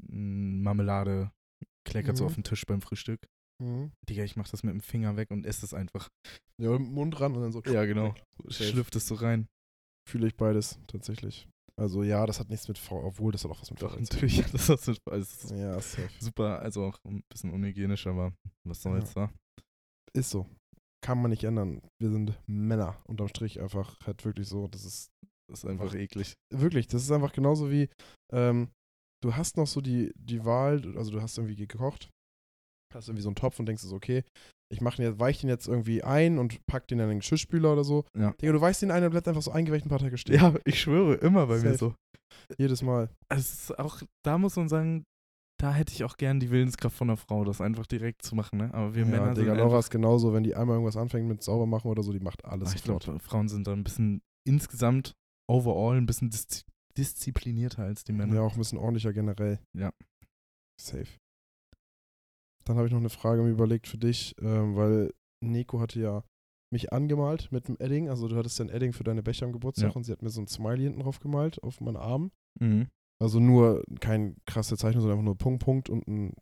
S2: m, Marmelade kleckert so
S1: Mhm.
S2: auf den Tisch beim Frühstück.
S1: Mhm.
S2: Digga, ich mach das mit dem Finger weg und esse es einfach.
S1: Ja, mit dem Mund ran und dann so.
S2: Ja, genau.
S1: Safe.
S2: Schlüpft es so rein.
S1: Fühle ich beides, tatsächlich. Also ja, das hat nichts mit Frau, obwohl das hat auch was mit
S2: Doch,
S1: Frau zu
S2: [laughs] natürlich. Das ist das ist
S1: tun. Ja, safe.
S2: super, also auch ein bisschen unhygienisch, aber was soll's da?
S1: Ist so. Kann man nicht ändern. Wir sind Männer. Unterm Strich einfach halt wirklich so. Das ist
S2: Ist einfach eklig.
S1: wirklich, das ist einfach genauso wie, ähm, du hast noch so die, die Wahl, also du hast irgendwie gekocht, hast irgendwie so einen Topf und denkst dir so, okay, ich mach den jetzt, weich den jetzt irgendwie ein und pack den dann in den Geschirrspüler oder so.
S2: Ja.
S1: Digga, du weichst den ein und bleibst einfach so eingeweicht ein paar Tage stehen.
S2: Ja, ich schwöre, immer bei mir
S1: Safe.
S2: so.
S1: Jedes Mal.
S2: Also es ist auch, da muss man sagen, da hätte ich auch gern die Willenskraft von einer Frau, das einfach direkt zu machen, ne? Aber wir
S1: Ja,
S2: Männer
S1: Digga,
S2: sind
S1: Laura
S2: einfach,
S1: ist genauso, wenn die einmal irgendwas anfängt mit sauber machen oder so, die macht alles
S2: Ah, ich
S1: sofort.
S2: glaube, Frauen sind da ein bisschen insgesamt overall ein bisschen diszi disziplinierter als die Männer.
S1: Ja, auch ein bisschen ordentlicher generell.
S2: Ja.
S1: Safe. Dann habe ich noch eine Frage mir überlegt für dich, ähm, weil Nico hatte ja mich angemalt mit einem Edding. Also du hattest ja ein Edding für deine Becher am Geburtstag
S2: Ja.
S1: und sie hat mir so ein Smiley hinten drauf gemalt auf meinen Arm.
S2: Mhm.
S1: Also nur kein krasse Zeichnung, sondern einfach nur Punkt, Punkt und ein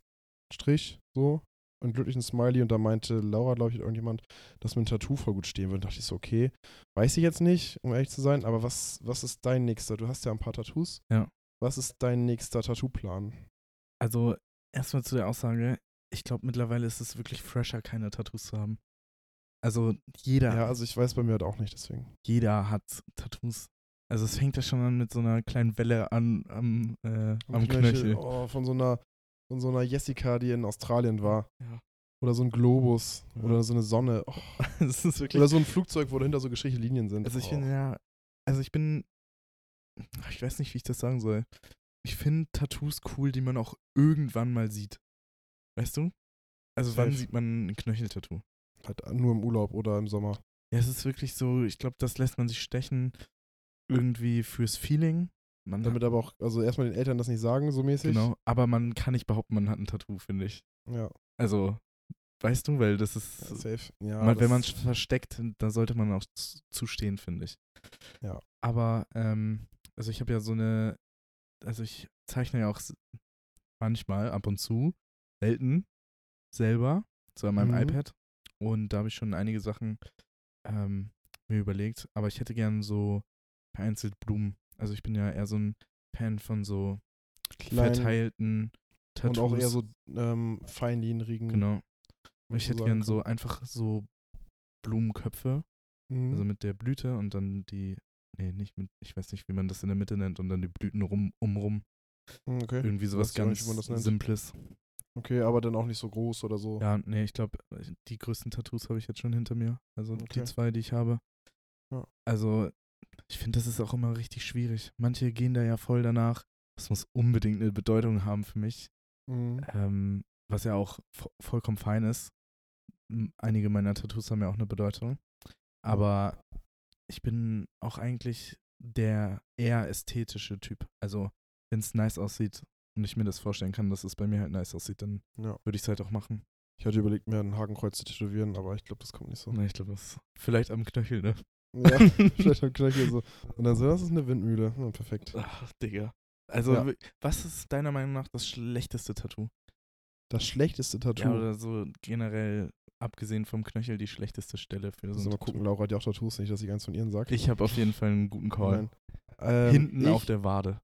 S1: Strich so. Und glücklichen Smiley und da meinte Laura, glaube ich, irgendjemand, dass mir ein Tattoo voll gut stehen würde. Und dachte ich so, okay, weiß ich jetzt nicht, um ehrlich zu sein, aber was, was ist dein nächster? Du hast ja ein paar Tattoos.
S2: Ja.
S1: Was ist dein nächster Tattoo-Plan?
S2: Also, erstmal zu der Aussage. Ich glaube, mittlerweile ist es wirklich fresher, keine Tattoos zu haben. Also, jeder,
S1: Ja. also ich weiß bei mir halt auch nicht, deswegen.
S2: jeder hat Tattoos. Also, es fängt ja schon an mit so einer kleinen Welle an, am, äh, am Knöchel. [laughs]
S1: Oh, von so einer von so einer Jessica, die in Australien war.
S2: Ja.
S1: Oder so ein Globus.
S2: Ja.
S1: Oder so eine Sonne. Oh.
S2: Das ist wirklich.
S1: Oder so ein Flugzeug, wo dahinter so gestrichelte Linien sind.
S2: Also ich
S1: oh.
S2: finde ja, also ich bin, ich weiß nicht, wie ich das sagen soll. Ich finde Tattoos cool, die man auch irgendwann mal sieht. Weißt du? Also wann
S1: Safe.
S2: sieht man ein Knöcheltattoo?
S1: Halt nur im Urlaub oder im Sommer.
S2: Ja, es ist wirklich so, ich glaube, das lässt man sich stechen irgendwie fürs Feeling. Man
S1: Damit aber auch, also erstmal den Eltern das nicht sagen, so mäßig.
S2: genau, aber man kann nicht behaupten, man hat ein Tattoo, finde ich.
S1: Ja,
S2: Also, weißt du, weil das ist,
S1: ja, safe. Ja,
S2: mal,
S1: das-
S2: wenn man es versteckt, da sollte man auch z- zustehen, finde ich.
S1: Ja.
S2: Aber, ähm, also ich habe ja so eine, also ich zeichne ja auch s- manchmal, ab und zu, selten, selber, so an meinem
S1: Mhm.
S2: iPad. Und da habe ich schon einige Sachen ähm, mir überlegt. Aber ich hätte gern so vereinzelt Blumen. Also ich bin ja eher so ein Fan von so
S1: Klein
S2: verteilten Tattoos.
S1: Und auch eher so ähm, feinlinigen.
S2: Genau.
S1: wenn
S2: Ich hätte
S1: sagen
S2: gern
S1: kann.
S2: so einfach so Blumenköpfe,
S1: Mhm.
S2: also mit der Blüte und dann die, nee, nicht mit, ich weiß nicht, wie man das in der Mitte nennt und dann die Blüten rum, umrum.
S1: Mhm, okay.
S2: Irgendwie sowas
S1: weiß ich auch nicht,
S2: ganz
S1: wie man das nennt.
S2: Simples.
S1: okay, aber dann auch nicht so groß oder so.
S2: Ja, nee, ich glaube, die größten Tattoos habe ich jetzt schon hinter mir. Also die
S1: Okay.
S2: zwei, die ich habe.
S1: Ja.
S2: Also, ich finde, das ist auch immer richtig schwierig. Manche gehen da ja voll danach. Das muss unbedingt eine Bedeutung haben für mich.
S1: Mhm.
S2: ähm, was ja auch vo- vollkommen fein ist. M- Einige meiner Tattoos haben ja auch eine Bedeutung. Aber ich bin auch eigentlich der eher ästhetische Typ. Also, wenn es nice aussieht und ich mir das vorstellen kann, dass es bei mir halt nice aussieht, dann
S1: Ja.
S2: würde ich es halt auch machen.
S1: Ich hatte überlegt, mir ein Hakenkreuz zu tätowieren, aber ich glaube, das kommt nicht so.
S2: Na, ich glaube, das ist vielleicht am Knöchel, ne? [laughs]
S1: Ja, vielleicht am Knöchel so. Und dann so, das ist eine Windmühle. Ja, perfekt.
S2: Ach, Digga. Also,
S1: Ja.
S2: wi- was ist deiner Meinung nach das schlechteste Tattoo?
S1: Das schlechteste Tattoo.
S2: Ja, oder so generell, abgesehen vom Knöchel, die schlechteste Stelle für so
S1: also
S2: ein
S1: mal
S2: Tattoo?
S1: gucken, Laura hat ja auch Tattoos, nicht, dass ich eins von ihren sagt.
S2: Ich habe auf jeden Fall einen guten Call.
S1: Nein. Ähm,
S2: Hinten
S1: ich,
S2: auf der Wade.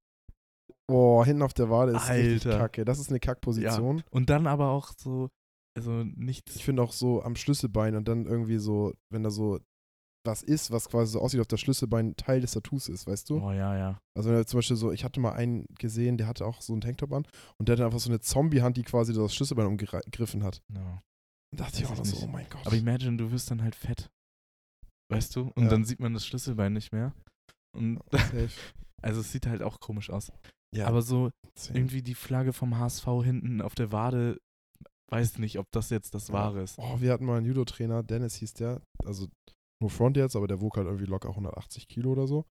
S1: Boah, hinten auf der Wade ist richtig
S2: Alter.
S1: kacke. Das ist eine Kackposition.
S2: Und dann aber auch so, also nichts.
S1: Ich finde auch so am Schlüsselbein und dann irgendwie so, wenn da so was ist, was quasi so aussieht auf das Schlüsselbein, Teil des Tattoos ist, weißt du?
S2: oh ja, ja.
S1: Also wenn er zum Beispiel so, ich hatte mal einen gesehen, der hatte auch so einen Tanktop an und der hatte einfach so eine Zombie-Hand, die quasi das Schlüsselbein umgegriffen hat.
S2: ja.
S1: Und dachte ich
S2: Weiß
S1: auch
S2: ich
S1: noch so,
S2: nicht.
S1: oh mein Gott.
S2: Aber imagine, du wirst dann halt fett. Weißt du? Und
S1: Ja.
S2: dann sieht man das Schlüsselbein nicht mehr. Und
S1: Safe.
S2: [laughs] also es sieht halt auch komisch aus.
S1: ja,
S2: Aber so
S1: deswegen.
S2: irgendwie die Flagge vom HSV hinten auf der Wade, weiß nicht, ob das jetzt das
S1: Ja.
S2: Wahre ist.
S1: Oh, wir hatten mal einen Judo-Trainer, Dennis hieß der, also nur Front jetzt, aber der wog halt irgendwie locker 180 Kilo oder so.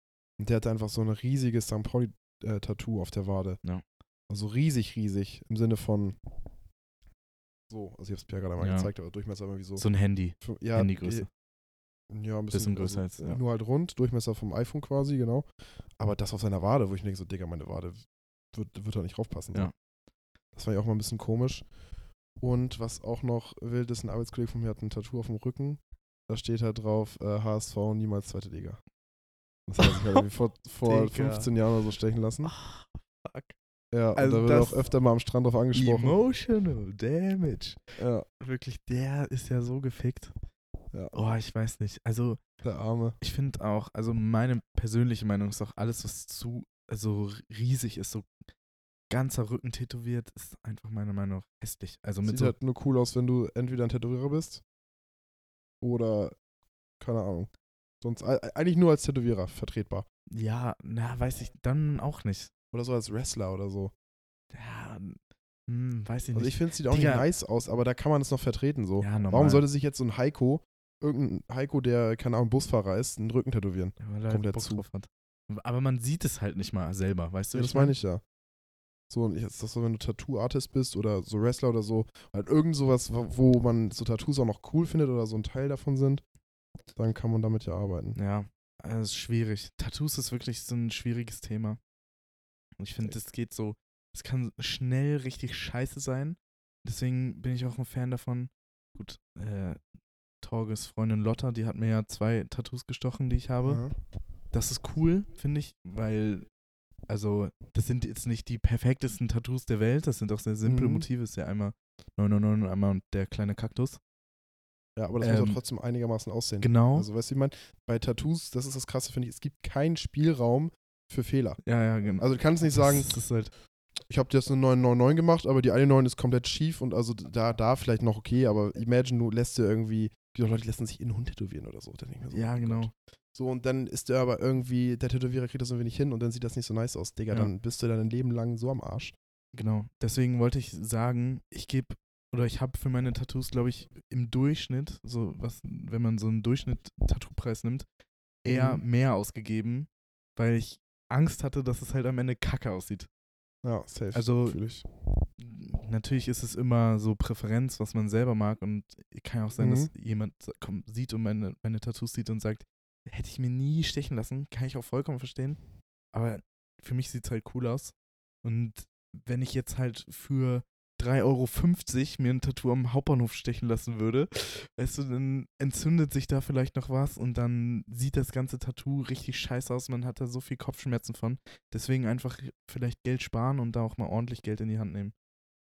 S1: Und der hatte einfach so ein riesiges St. Pauli-Tattoo äh, auf der Wade.
S2: Ja.
S1: Also riesig, riesig, im Sinne von so, also ich hab's Pierre gerade mal
S2: Ja.
S1: gezeigt, aber Durchmesser irgendwie so.
S2: So ein Handy.
S1: Fün- ja,
S2: Handygröße.
S1: eh, Ja, ein
S2: Bisschen
S1: bisschen,
S2: größer
S1: also,
S2: als, ja.
S1: Nur halt rund, Durchmesser vom iPhone quasi, genau. Aber das auf seiner Wade, wo ich mir denke, so, Digga, meine Wade wird, wird da nicht raufpassen. So.
S2: Ja.
S1: Das war ja auch mal ein bisschen komisch. Und was auch noch wild ist, ein Arbeitskollege von mir hat ein Tattoo auf dem Rücken. Da steht halt drauf, äh, HSV niemals zweite Liga. Das hat er sich halt irgendwie
S2: [laughs]
S1: vor, vor
S2: Digga.
S1: 15 Jahren oder so stechen lassen.
S2: Ah, fuck.
S1: Ja,
S2: also
S1: und da wird
S2: das-
S1: auch öfter mal am Strand drauf angesprochen.
S2: Emotional Damage.
S1: Ja,
S2: Wirklich, der ist ja so gefickt.
S1: Ja.
S2: Oh, ich weiß nicht. Also,
S1: der Arme.
S2: ich finde auch, also meine persönliche Meinung ist auch, alles, was zu so riesig ist, so ganzer Rücken tätowiert, ist einfach meiner Meinung nach hässlich. Also mit
S1: Sieht
S2: so,
S1: halt nur cool aus, wenn du entweder ein Tätowierer bist oder, keine Ahnung, sonst e- eigentlich nur als Tätowierer vertretbar.
S2: ja, na, weiß ich dann auch nicht.
S1: Oder so als Wrestler oder so.
S2: Ja, hm, weiß ich
S1: Also ich
S2: nicht.
S1: finde, es sieht auch nicht
S2: Digga.
S1: nice aus, aber da kann man es noch vertreten so.
S2: ja, normal.
S1: Warum sollte sich jetzt so ein Heiko, irgendein Heiko, der, keine Ahnung, Busfahrer ist, einen Rücken tätowieren?
S2: ja, weil er
S1: kommt
S2: halt Bock
S1: dazu?
S2: drauf hat. Aber man sieht es halt nicht mal selber, weißt du?
S1: Ja, das meine ich ja. So, und jetzt ist das so, wenn du Tattoo-Artist bist oder so Wrestler oder so, halt irgend sowas, wo- wo man so Tattoos auch noch cool findet oder so ein Teil davon sind, dann kann man damit ja arbeiten.
S2: Ja, es ist schwierig. Tattoos ist wirklich so ein schwieriges Thema. Und ich
S1: Äh.
S2: finde, das geht so, es kann schnell richtig scheiße sein. Deswegen bin ich auch ein Fan davon. Gut, äh, Torges Freundin Lotta, die hat mir ja zwei Tattoos gestochen, die ich habe.
S1: Ja.
S2: Das ist cool, finde ich, weil Also, das sind jetzt nicht die perfektesten Tattoos der Welt. Das sind auch sehr simple
S1: Mhm.
S2: Motive. Ist ja einmal 999 und einmal der kleine Kaktus.
S1: Ja, aber das muss
S2: Ähm,
S1: auch trotzdem einigermaßen aussehen.
S2: Genau.
S1: Also, weißt du, wie man bei Tattoos, das ist das Krasse, finde ich, es gibt keinen Spielraum für Fehler.
S2: ja, ja, genau.
S1: Also, du kannst nicht sagen,
S2: Das ist halt,
S1: ich habe jetzt eine 999 gemacht, aber die eine 9 ist komplett schief und also da, da vielleicht noch okay, aber imagine, du lässt dir irgendwie, die Leute lassen sich in den Hund tätowieren oder so. Dann denk ich mir so,
S2: ja,
S1: oh
S2: genau.
S1: Gott. So, und dann ist der aber irgendwie, der Tätowierer kriegt das irgendwie nicht hin und dann sieht das nicht so nice aus. Digga,
S2: Ja.
S1: dann bist du dein Leben lang so am Arsch.
S2: Genau. Deswegen wollte ich sagen, ich gebe oder ich habe für meine Tattoos, glaube ich, im Durchschnitt, so was, wenn man so einen Durchschnitt Tattoo-Preis nimmt, eher
S1: Mhm.
S2: mehr ausgegeben, weil ich Angst hatte, dass es halt am Ende kacke aussieht.
S1: Ja, safe.
S2: Also-
S1: fühl ich.
S2: Natürlich ist es immer so Präferenz, was man selber mag und kann ja auch sein, dass jemand kommt, sieht und meine, meine Tattoos sieht und sagt, hätte ich mir nie stechen lassen, kann ich auch vollkommen verstehen. Aber für mich sieht es halt cool aus. Und wenn ich jetzt halt für 3,50 Euro mir ein Tattoo am Hauptbahnhof stechen lassen würde, weißt du, dann entzündet sich da vielleicht noch was und dann sieht das ganze Tattoo richtig scheiße aus. Man hat da so viel Kopfschmerzen von. Deswegen einfach vielleicht Geld sparen und da auch mal ordentlich Geld in die Hand nehmen.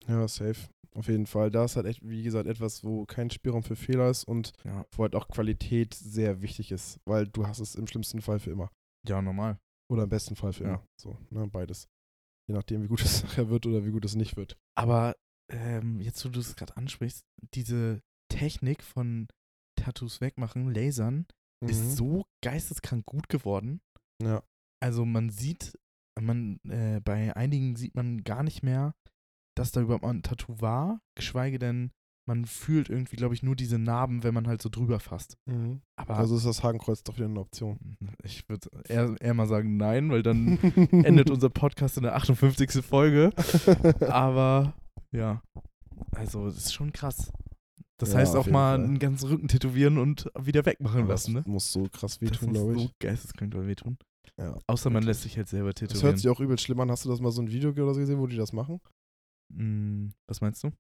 S1: Ja, safe. Auf jeden Fall. Da ist halt, echt, wie gesagt, etwas, wo kein Spielraum für Fehler ist und
S2: Ja,
S1: wo halt auch Qualität sehr wichtig ist, weil du hast es im schlimmsten Fall für immer.
S2: ja normal.
S1: Oder im besten Fall für
S2: Ja.
S1: immer. So, ne, beides. Je nachdem, wie gut es [laughs] nachher wird oder wie gut es nicht wird.
S2: Aber ähm, jetzt, wo du es gerade ansprichst, diese Technik von Tattoos wegmachen, Lasern,
S1: Mhm.
S2: ist so geisteskrank gut geworden.
S1: Ja.
S2: Also man sieht, man, äh, bei einigen sieht man gar nicht mehr, dass da überhaupt mal ein Tattoo war, geschweige denn, man fühlt irgendwie, glaube ich, nur diese Narben, wenn man halt so drüber fasst.
S1: Mhm.
S2: Aber
S1: Also ist das Hakenkreuz doch wieder eine Option.
S2: ich würde eher, eher mal sagen, nein, weil
S1: [laughs]
S2: dann endet unser Podcast in der 58. Folge. Aber ja, also es ist schon krass. Das
S1: Ja,
S2: heißt
S1: auf
S2: auch
S1: jeden
S2: mal
S1: Fall.
S2: einen ganzen Rücken tätowieren und wieder wegmachen
S1: das
S2: lassen, ne?
S1: muss so krass
S2: Das
S1: wehtun,
S2: muss
S1: glaube ich.
S2: So geisteskrank doll wehtun.
S1: Ja.
S2: Außer man
S1: Wirklich.
S2: lässt sich halt selber
S1: Das hört
S2: tätowieren.
S1: sich auch übel schlimm an. Hast du das mal so ein Video oder so gesehen, wo die das machen?
S2: Hm, was meinst du?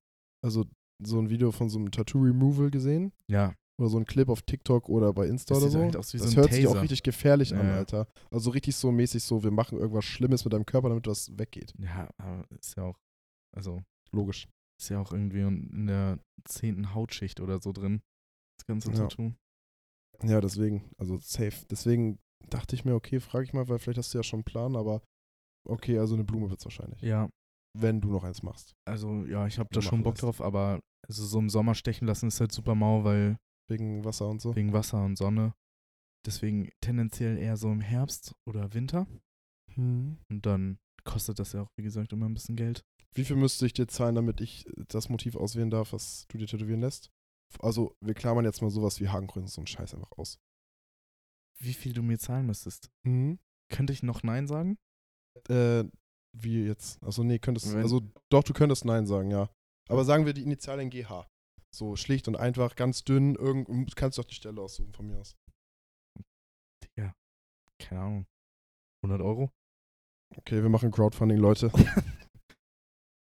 S1: Also so ein Video von so einem Tattoo-Removal gesehen?
S2: Ja,
S1: Oder so ein Clip auf TikTok oder bei Insta
S2: das
S1: oder
S2: sieht
S1: so?
S2: halt aus wie
S1: das
S2: so ein
S1: hört sich
S2: Taser.
S1: auch richtig gefährlich an,
S2: Ja.
S1: Alter. Also richtig so mäßig so, wir machen irgendwas Schlimmes mit deinem Körper, damit das weggeht.
S2: ja, aber ist ja auch, also
S1: Logisch.
S2: ist ja auch irgendwie in in der zehnten Hautschicht oder so drin. Das ganze
S1: Ja.
S2: Tattoo.
S1: Ja, deswegen, also safe. Deswegen dachte ich mir, okay, frage ich mal, weil vielleicht hast du ja schon einen Plan, aber okay, also eine Blume wird es wahrscheinlich.
S2: Ja,
S1: Wenn du noch eins machst.
S2: also ja, ich habe da
S1: Machen
S2: schon Bock
S1: lässt.
S2: drauf, aber also so im Sommer stechen lassen ist halt super mau, weil
S1: Wegen Wasser und so.
S2: wegen Wasser und Sonne. Deswegen tendenziell eher so im Herbst oder Winter. Und dann kostet das ja auch, wie gesagt, immer ein bisschen Geld.
S1: Wie viel müsste ich dir zahlen, damit ich das Motiv auswählen darf, was du dir tätowieren lässt? Also, wir klammern jetzt mal sowas wie Hakenkreuz und so einen Scheiß einfach aus.
S2: Wie viel du mir zahlen müsstest? Könnte ich noch Nein sagen?
S1: Äh, wie jetzt? Also, nee, könntest.
S2: Wenn-
S1: Also, doch, du könntest Nein sagen, ja. Aber sagen wir die Initialen GH. So schlicht und einfach, ganz dünn, irgend, kannst du auch die Stelle aussuchen von mir aus.
S2: Digga, keine Ahnung. 100
S1: [laughs]
S2: Euro?
S1: Okay, wir machen Crowdfunding, Leute.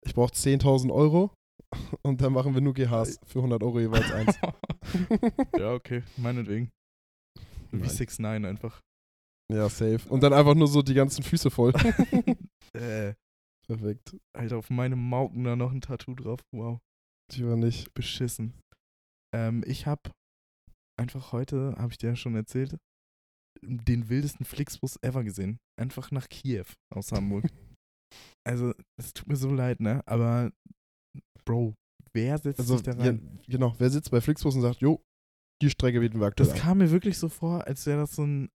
S1: Ich brauche 10.000 Euro [laughs] und dann machen wir nur GHs
S2: Äh.
S1: für 100 Euro jeweils
S2: [laughs]
S1: eins.
S2: ja, okay, meinetwegen. Wie
S1: Nein.
S2: 6
S1: [laughs]
S2: 9 einfach.
S1: Ja, safe. Und dann einfach nur so die ganzen Füße
S2: [laughs]
S1: voll.
S2: äh,
S1: Perfekt.
S2: Alter, auf meinem Mauken da noch ein Tattoo drauf. Wow,
S1: Ich war nicht.
S2: beschissen. Ähm, ich hab einfach heute, habe ich dir ja schon erzählt, den wildesten Flixbus ever gesehen. Einfach nach Kiew aus Hamburg.
S1: [laughs]
S2: Also, es tut mir so leid, ne? Aber, Bro, wer setzt
S1: Also,
S2: sich da
S1: ja,
S2: rein?
S1: genau. Wer sitzt bei Flixbus und sagt, jo, die Strecke bieten wir aktuell
S2: Das
S1: an.
S2: kam mir wirklich so vor, als wäre das so ein.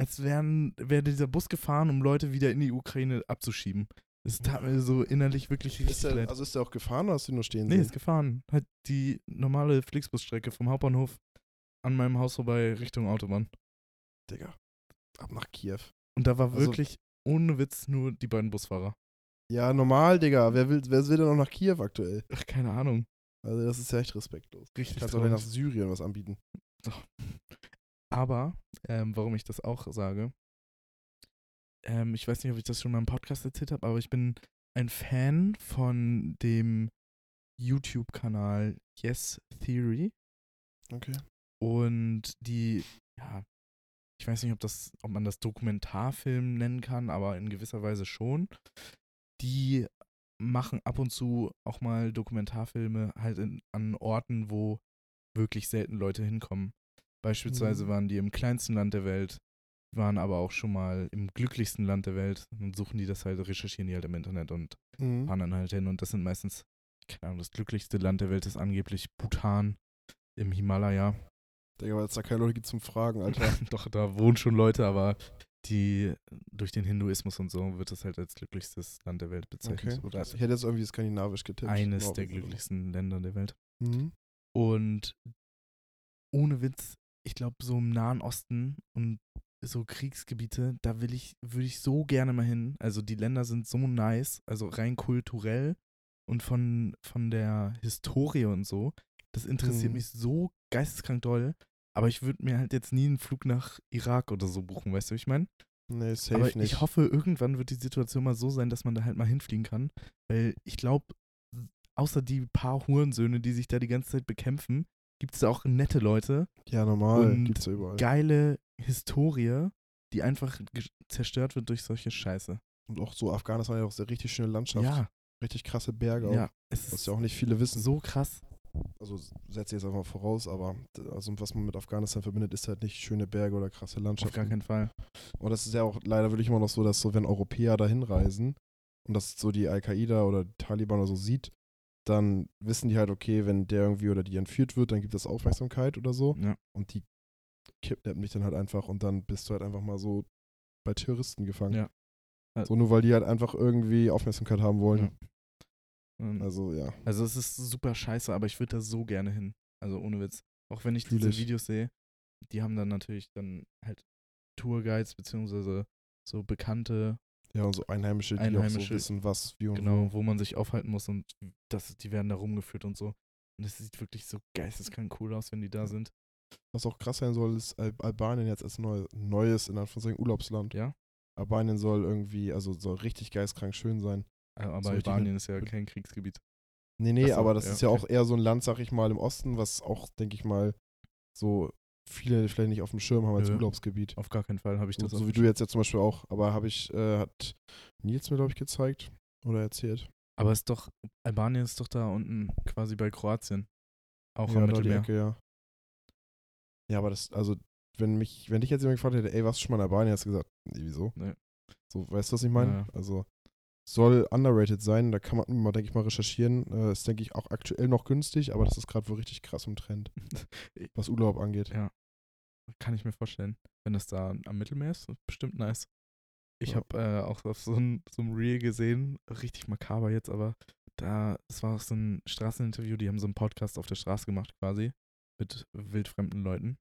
S2: Als wären, wäre dieser Bus gefahren, um Leute wieder in die Ukraine abzuschieben. Es tat mir so innerlich wirklich richtig
S1: Ist der,
S2: leid.
S1: also ist der auch gefahren oder hast du ihn nur stehen
S2: nee,
S1: sehen?
S2: ist gefahren. Hat die normale Flixbusstrecke vom Hauptbahnhof an meinem Haus vorbei Richtung Autobahn.
S1: Digga. Ab nach Kiew.
S2: Und da war
S1: Also-
S2: wirklich ohne Witz nur die beiden Busfahrer.
S1: Ja, normal, Digga. Wer will, wer will denn noch nach Kiew aktuell?
S2: Ach, keine Ahnung.
S1: Also, das ist ja echt respektlos.
S2: Richtig.
S1: Kannst du auch nach
S2: traurig.
S1: Syrien was anbieten.
S2: Aber, ähm, warum ich das auch sage, ähm, ich weiß nicht, ob ich das schon mal im Podcast erzählt habe, aber ich bin ein Fan von dem YouTube-Kanal Yes Theory
S1: Okay.
S2: und die, ja, ich weiß nicht, ob, das, ob man das Dokumentarfilm nennen kann, aber in gewisser Weise schon. Die machen ab und zu auch mal Dokumentarfilme halt in, an Orten, wo wirklich selten Leute hinkommen. Beispielsweise
S1: Mhm.
S2: waren die im kleinsten Land der Welt, waren aber auch schon mal im glücklichsten Land der Welt und suchen die das halt, recherchieren die halt im Internet und
S1: Mhm.
S2: fahren dann halt hin. Und das sind meistens, keine Ahnung, das glücklichste Land der Welt ist angeblich Bhutan im Himalaya.
S1: Digga, weil es da keine Leute gibt zum Fragen, Alter.
S2: [laughs] Doch, da wohnen schon Leute, aber die durch den Hinduismus und so wird das halt als glücklichstes Land der Welt bezeichnet.
S1: Okay.
S2: Oder
S1: [laughs] Ich hätte jetzt irgendwie skandinavisch getippt.
S2: eines
S1: Wow.
S2: der glücklichsten Länder der Welt.
S1: Mhm.
S2: Und ohne Witz, ich glaube, so im Nahen Osten und so Kriegsgebiete, da will ich, würde ich so gerne mal hin. Also die Länder sind so nice, also rein kulturell und von, von der Historie und so. Das interessiert
S1: Mhm.
S2: mich so geisteskrank doll. Aber ich würde mir halt jetzt nie einen Flug nach Irak oder so buchen, weißt du, wie ich meine?
S1: Nee, safe
S2: Aber
S1: nicht.
S2: ich hoffe, irgendwann wird die Situation mal so sein, dass man da halt mal hinfliegen kann. Weil ich glaube, außer die paar Hurensöhne, die sich da die ganze Zeit bekämpfen, gibt es da auch nette Leute,
S1: ja, normal.
S2: Und
S1: Gibt's ja überall.
S2: geile Historie, die einfach ge- zerstört wird durch solche Scheiße.
S1: Und auch so Afghanistan hat ja auch sehr richtig schöne Landschaft.
S2: Ja,
S1: Richtig krasse Berge. Auch,
S2: ja. Es
S1: was
S2: ist
S1: ja auch nicht viele wissen.
S2: so krass.
S1: Also setze ich jetzt einfach mal voraus, aber d- also was man mit Afghanistan verbindet, ist halt nicht schöne Berge oder krasse
S2: Auf gar
S1: Landschaften.
S2: keinen Fall.
S1: Und das ist ja auch leider wirklich immer noch so, dass so, wenn Europäer da hinreisen und das so die Al-Qaida oder die Taliban oder so sieht, dann wissen die halt, okay, wenn der irgendwie oder die entführt wird, dann gibt es Aufmerksamkeit oder so.
S2: Ja.
S1: Und die kidnappen dich dann halt einfach und dann bist du halt einfach mal so bei Terroristen gefangen.
S2: Ja. Äh, Ja.
S1: So nur weil die halt einfach irgendwie Aufmerksamkeit haben wollen.
S2: Ähm,
S1: Also ja.
S2: Also es ist super scheiße, aber ich würde da so gerne hin. Also ohne Witz. Auch wenn ich
S1: Fühl
S2: diese
S1: ich.
S2: Videos sehe, die haben dann natürlich dann halt Tourguides beziehungsweise so Bekannte,
S1: Ja, und so Einheimische, die auch
S2: Einheimische.
S1: so wissen, was, wie und
S2: genau, wo man sich aufhalten muss und das, die werden da rumgeführt und so. Und es sieht wirklich so geisteskrank cool aus, wenn die da sind.
S1: Was auch krass sein soll, ist Al- Albanien jetzt als neu, neues, in Anführungszeichen, Urlaubsland.
S2: Ja.
S1: Albanien soll irgendwie, also soll richtig geistkrank schön sein.
S2: Äh, Aber
S1: So richtig [laughs]
S2: Albanien ist ja kein Kriegsgebiet.
S1: Nee, nee,
S2: Ach so,
S1: aber das
S2: ja,
S1: ist ja
S2: okay.
S1: auch eher so ein Land, sag ich mal, im Osten, was auch, denke ich mal, so viele vielleicht nicht auf dem Schirm haben als
S2: Nö.
S1: Urlaubsgebiet.
S2: Auf gar keinen Fall habe ich
S1: So,
S2: das.
S1: so wie du jetzt ja zum Beispiel auch. Aber habe ich, äh, hat Nils mir, glaube ich, gezeigt oder erzählt.
S2: aber ist doch, Albanien ist doch da unten quasi bei Kroatien. Auch
S1: ja,
S2: am
S1: da die
S2: Mittelmeer.
S1: Ecke, ja. Ja, aber das, also, wenn mich, wenn dich jetzt jemand gefragt hätte, ey, warst du schon mal in Albanien, hast du gesagt, nee, wieso?
S2: Nee.
S1: So, weißt du, was ich meine?
S2: Ja, ja.
S1: Also, soll underrated sein, da kann man mal, denke ich mal, recherchieren. Äh, ist, denke ich, auch aktuell noch günstig, aber das ist gerade wohl richtig krass im
S2: [laughs]
S1: Trend, was Urlaub angeht.
S2: Ja. Kann ich mir vorstellen. Wenn das da am Mittelmeer ist, ist bestimmt nice. Ich
S1: Ja.
S2: habe äh, auch auf so einem so ein Reel gesehen, richtig makaber jetzt, aber da, es war auch so ein Straßeninterview, die haben so einen Podcast auf der Straße gemacht quasi mit wildfremden Leuten.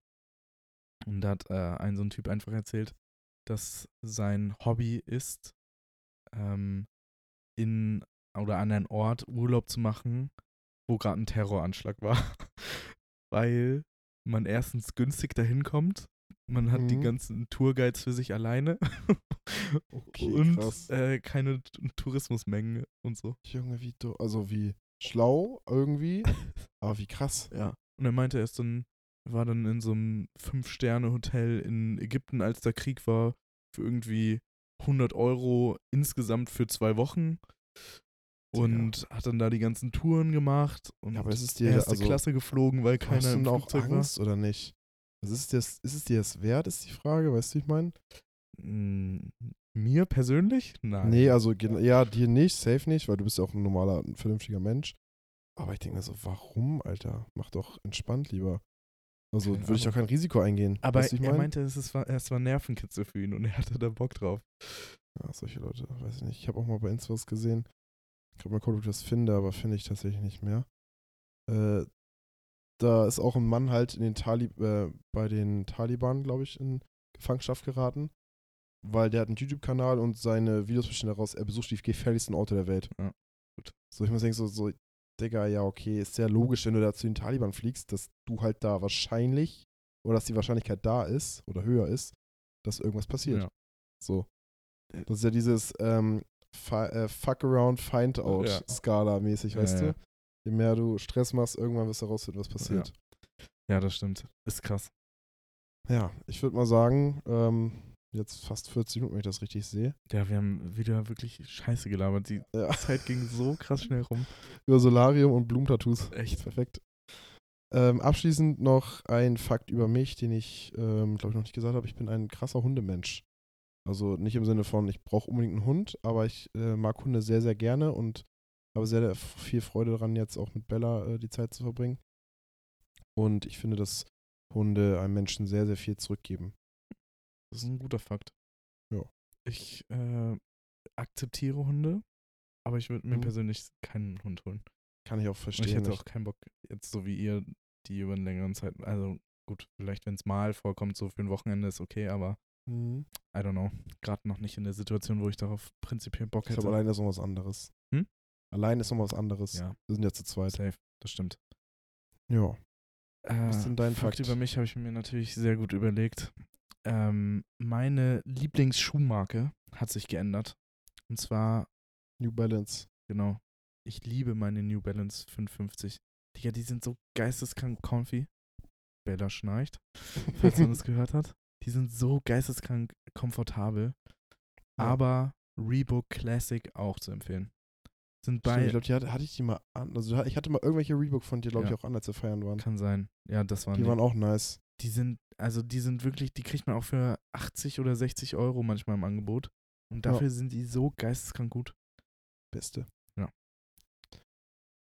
S2: Und da hat äh, ein so ein Typ einfach erzählt, dass sein Hobby ist, ähm, in oder an einen Ort Urlaub zu machen, wo gerade ein Terroranschlag war. [laughs] Weil man erstens günstig dahin kommt, man hat die
S1: Mhm.
S2: ganzen Tourguides für sich alleine
S1: Okay, krass.
S2: und äh, keine T- Tourismusmengen und so.
S1: Junge, wie du, also wie schlau
S2: [laughs]
S1: irgendwie, aber wie krass.
S2: Ja. Und er meinte, er ist dann, war dann in so einem Fünf-Sterne-Hotel in Ägypten, als der Krieg war, für irgendwie 100 Euro insgesamt für zwei Wochen.
S1: Tja.
S2: Und hat dann da die ganzen Touren gemacht und
S1: Ja, aber es ist dir,
S2: erste
S1: also,
S2: Klasse geflogen, weil keiner
S1: hast du
S2: im
S1: denn auch
S2: Flugzeug war.
S1: Angst oder nicht? Also ist, dir das, ist es dir das wert, ist die Frage, weißt du, wie ich meine?
S2: Mm, Mir persönlich? Nein.
S1: Nee, also, gen- ja, dir nicht, safe nicht, weil du bist ja auch ein normaler, ein vernünftiger Mensch. Aber ich denke mir so, warum, Alter? Mach doch entspannt lieber. Also
S2: Keine
S1: würde ich auch kein Risiko eingehen.
S2: Aber
S1: weißt du, wie ich
S2: er
S1: mein?
S2: meinte, es, ist, war- es war Nervenkitzel für ihn und er hatte da Bock drauf.
S1: Ja, solche Leute, weiß ich nicht. Ich habe auch mal bei Insta was gesehen. Ich glaube, mal gucken, ob ich das finde, aber finde ich tatsächlich nicht mehr. Äh, da ist auch ein Mann halt in den Tali äh, bei den Taliban, glaube ich, in Gefangenschaft geraten, weil der hat einen YouTube-Kanal und seine Videos bestehen daraus, er besucht die gefährlichsten Orte der Welt.
S2: Ja, gut.
S1: So, ich muss denken, so, so, Digga, ja, okay, ist ja logisch, wenn du da zu den Taliban fliegst, dass du halt da wahrscheinlich, oder dass die Wahrscheinlichkeit da ist, oder höher ist, dass irgendwas passiert.
S2: Ja.
S1: So.
S2: Äh.
S1: Das ist ja dieses ähm, fa- äh, Fuck around, find out
S2: Ja.
S1: Skala mäßig,
S2: Ja,
S1: weißt
S2: ja.
S1: du? Je mehr du Stress machst, irgendwann wirst du herausfinden, was passiert.
S2: Ja, das stimmt. Ist krass.
S1: Ja, ich würde mal sagen, ähm, jetzt fast 40 Minuten, wenn ich das richtig sehe.
S2: Ja, wir haben wieder wirklich Scheiße gelabert. Die
S1: Ja.
S2: Zeit ging so krass schnell rum.
S1: Über Solarium und Blumentattoos.
S2: Echt.
S1: Perfekt. Ähm, abschließend noch ein Fakt über mich, den ich, ähm, glaube ich, noch nicht gesagt habe. Ich bin ein krasser Hundemensch. Also nicht im Sinne von, ich brauche unbedingt einen Hund, aber ich äh, mag Hunde sehr, sehr gerne und habe sehr sehr viel Freude daran, jetzt auch mit Bella äh, die Zeit zu verbringen. Und ich finde, dass Hunde einem Menschen sehr, sehr viel zurückgeben.
S2: Das ist ein guter Fakt.
S1: Ja.
S2: Ich äh, akzeptiere Hunde, aber ich würde mir
S1: Mhm.
S2: persönlich keinen Hund holen.
S1: Kann ich auch
S2: Und
S1: verstehen.
S2: ich hätte
S1: Ich-
S2: auch keinen Bock, jetzt so wie ihr, die über einen längeren Zeit. Also gut, vielleicht wenn es mal vorkommt, so für ein Wochenende ist okay, aber
S1: Mhm.
S2: I don't know. Gerade noch nicht in der Situation, wo ich darauf prinzipiell Bock
S1: Ich glaube,
S2: hätte.
S1: allein ist noch was anderes.
S2: Hm?
S1: Allein ist noch was anderes.
S2: Ja,
S1: Wir sind ja zu zweit.
S2: safe, das stimmt.
S1: Ja.
S2: Äh,
S1: Was ist denn dein
S2: Fakt
S1: Fakt?
S2: über mich habe ich mir natürlich sehr gut überlegt. Ähm, meine Lieblingsschuhmarke hat sich geändert. Und zwar
S1: New Balance.
S2: Genau. Ich liebe meine New Balance 550. Digga, die sind so geisteskrank comfy. Bella schnarcht, falls
S1: [laughs]
S2: man das gehört hat. Die sind so geisteskrank komfortabel.
S1: Ja.
S2: Aber Reebok Classic auch zu empfehlen. Sind
S1: Stimmt,
S2: bei.
S1: ich glaube, die hatte, hatte ich die mal an. Also ich hatte mal irgendwelche Reebok von dir, glaube
S2: Ja.
S1: ich, auch an, als wir feiern waren.
S2: kann sein. Ja, das waren
S1: Die
S2: die.
S1: waren auch nice.
S2: die sind, also die sind wirklich, die kriegt man auch für 80 oder 60 Euro manchmal im Angebot. Und
S1: Ja.
S2: dafür sind die so geisteskrank gut.
S1: Beste.
S2: Ja.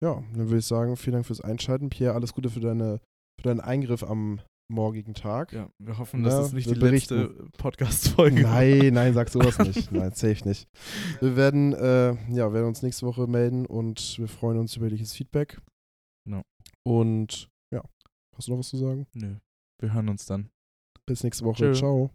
S1: Ja, dann würde ich sagen, vielen Dank fürs Einschalten. Pierre, alles Gute für, deine, für deinen Eingriff am morgigen Tag.
S2: Ja, wir hoffen,
S1: Ja,
S2: das ist nicht
S1: wir
S2: die letzte Podcast-Folge.
S1: [laughs] Nein, nein, sag sowas nicht. Nein, safe
S2: [laughs]
S1: nicht. Wir werden, äh, ja, werden uns nächste Woche melden und wir freuen uns über jegliches Feedback.
S2: Genau.
S1: Und ja, hast du noch was zu sagen?
S2: Nö. Wir hören uns dann.
S1: Bis nächste Woche.
S2: Tschö.
S1: Ciao.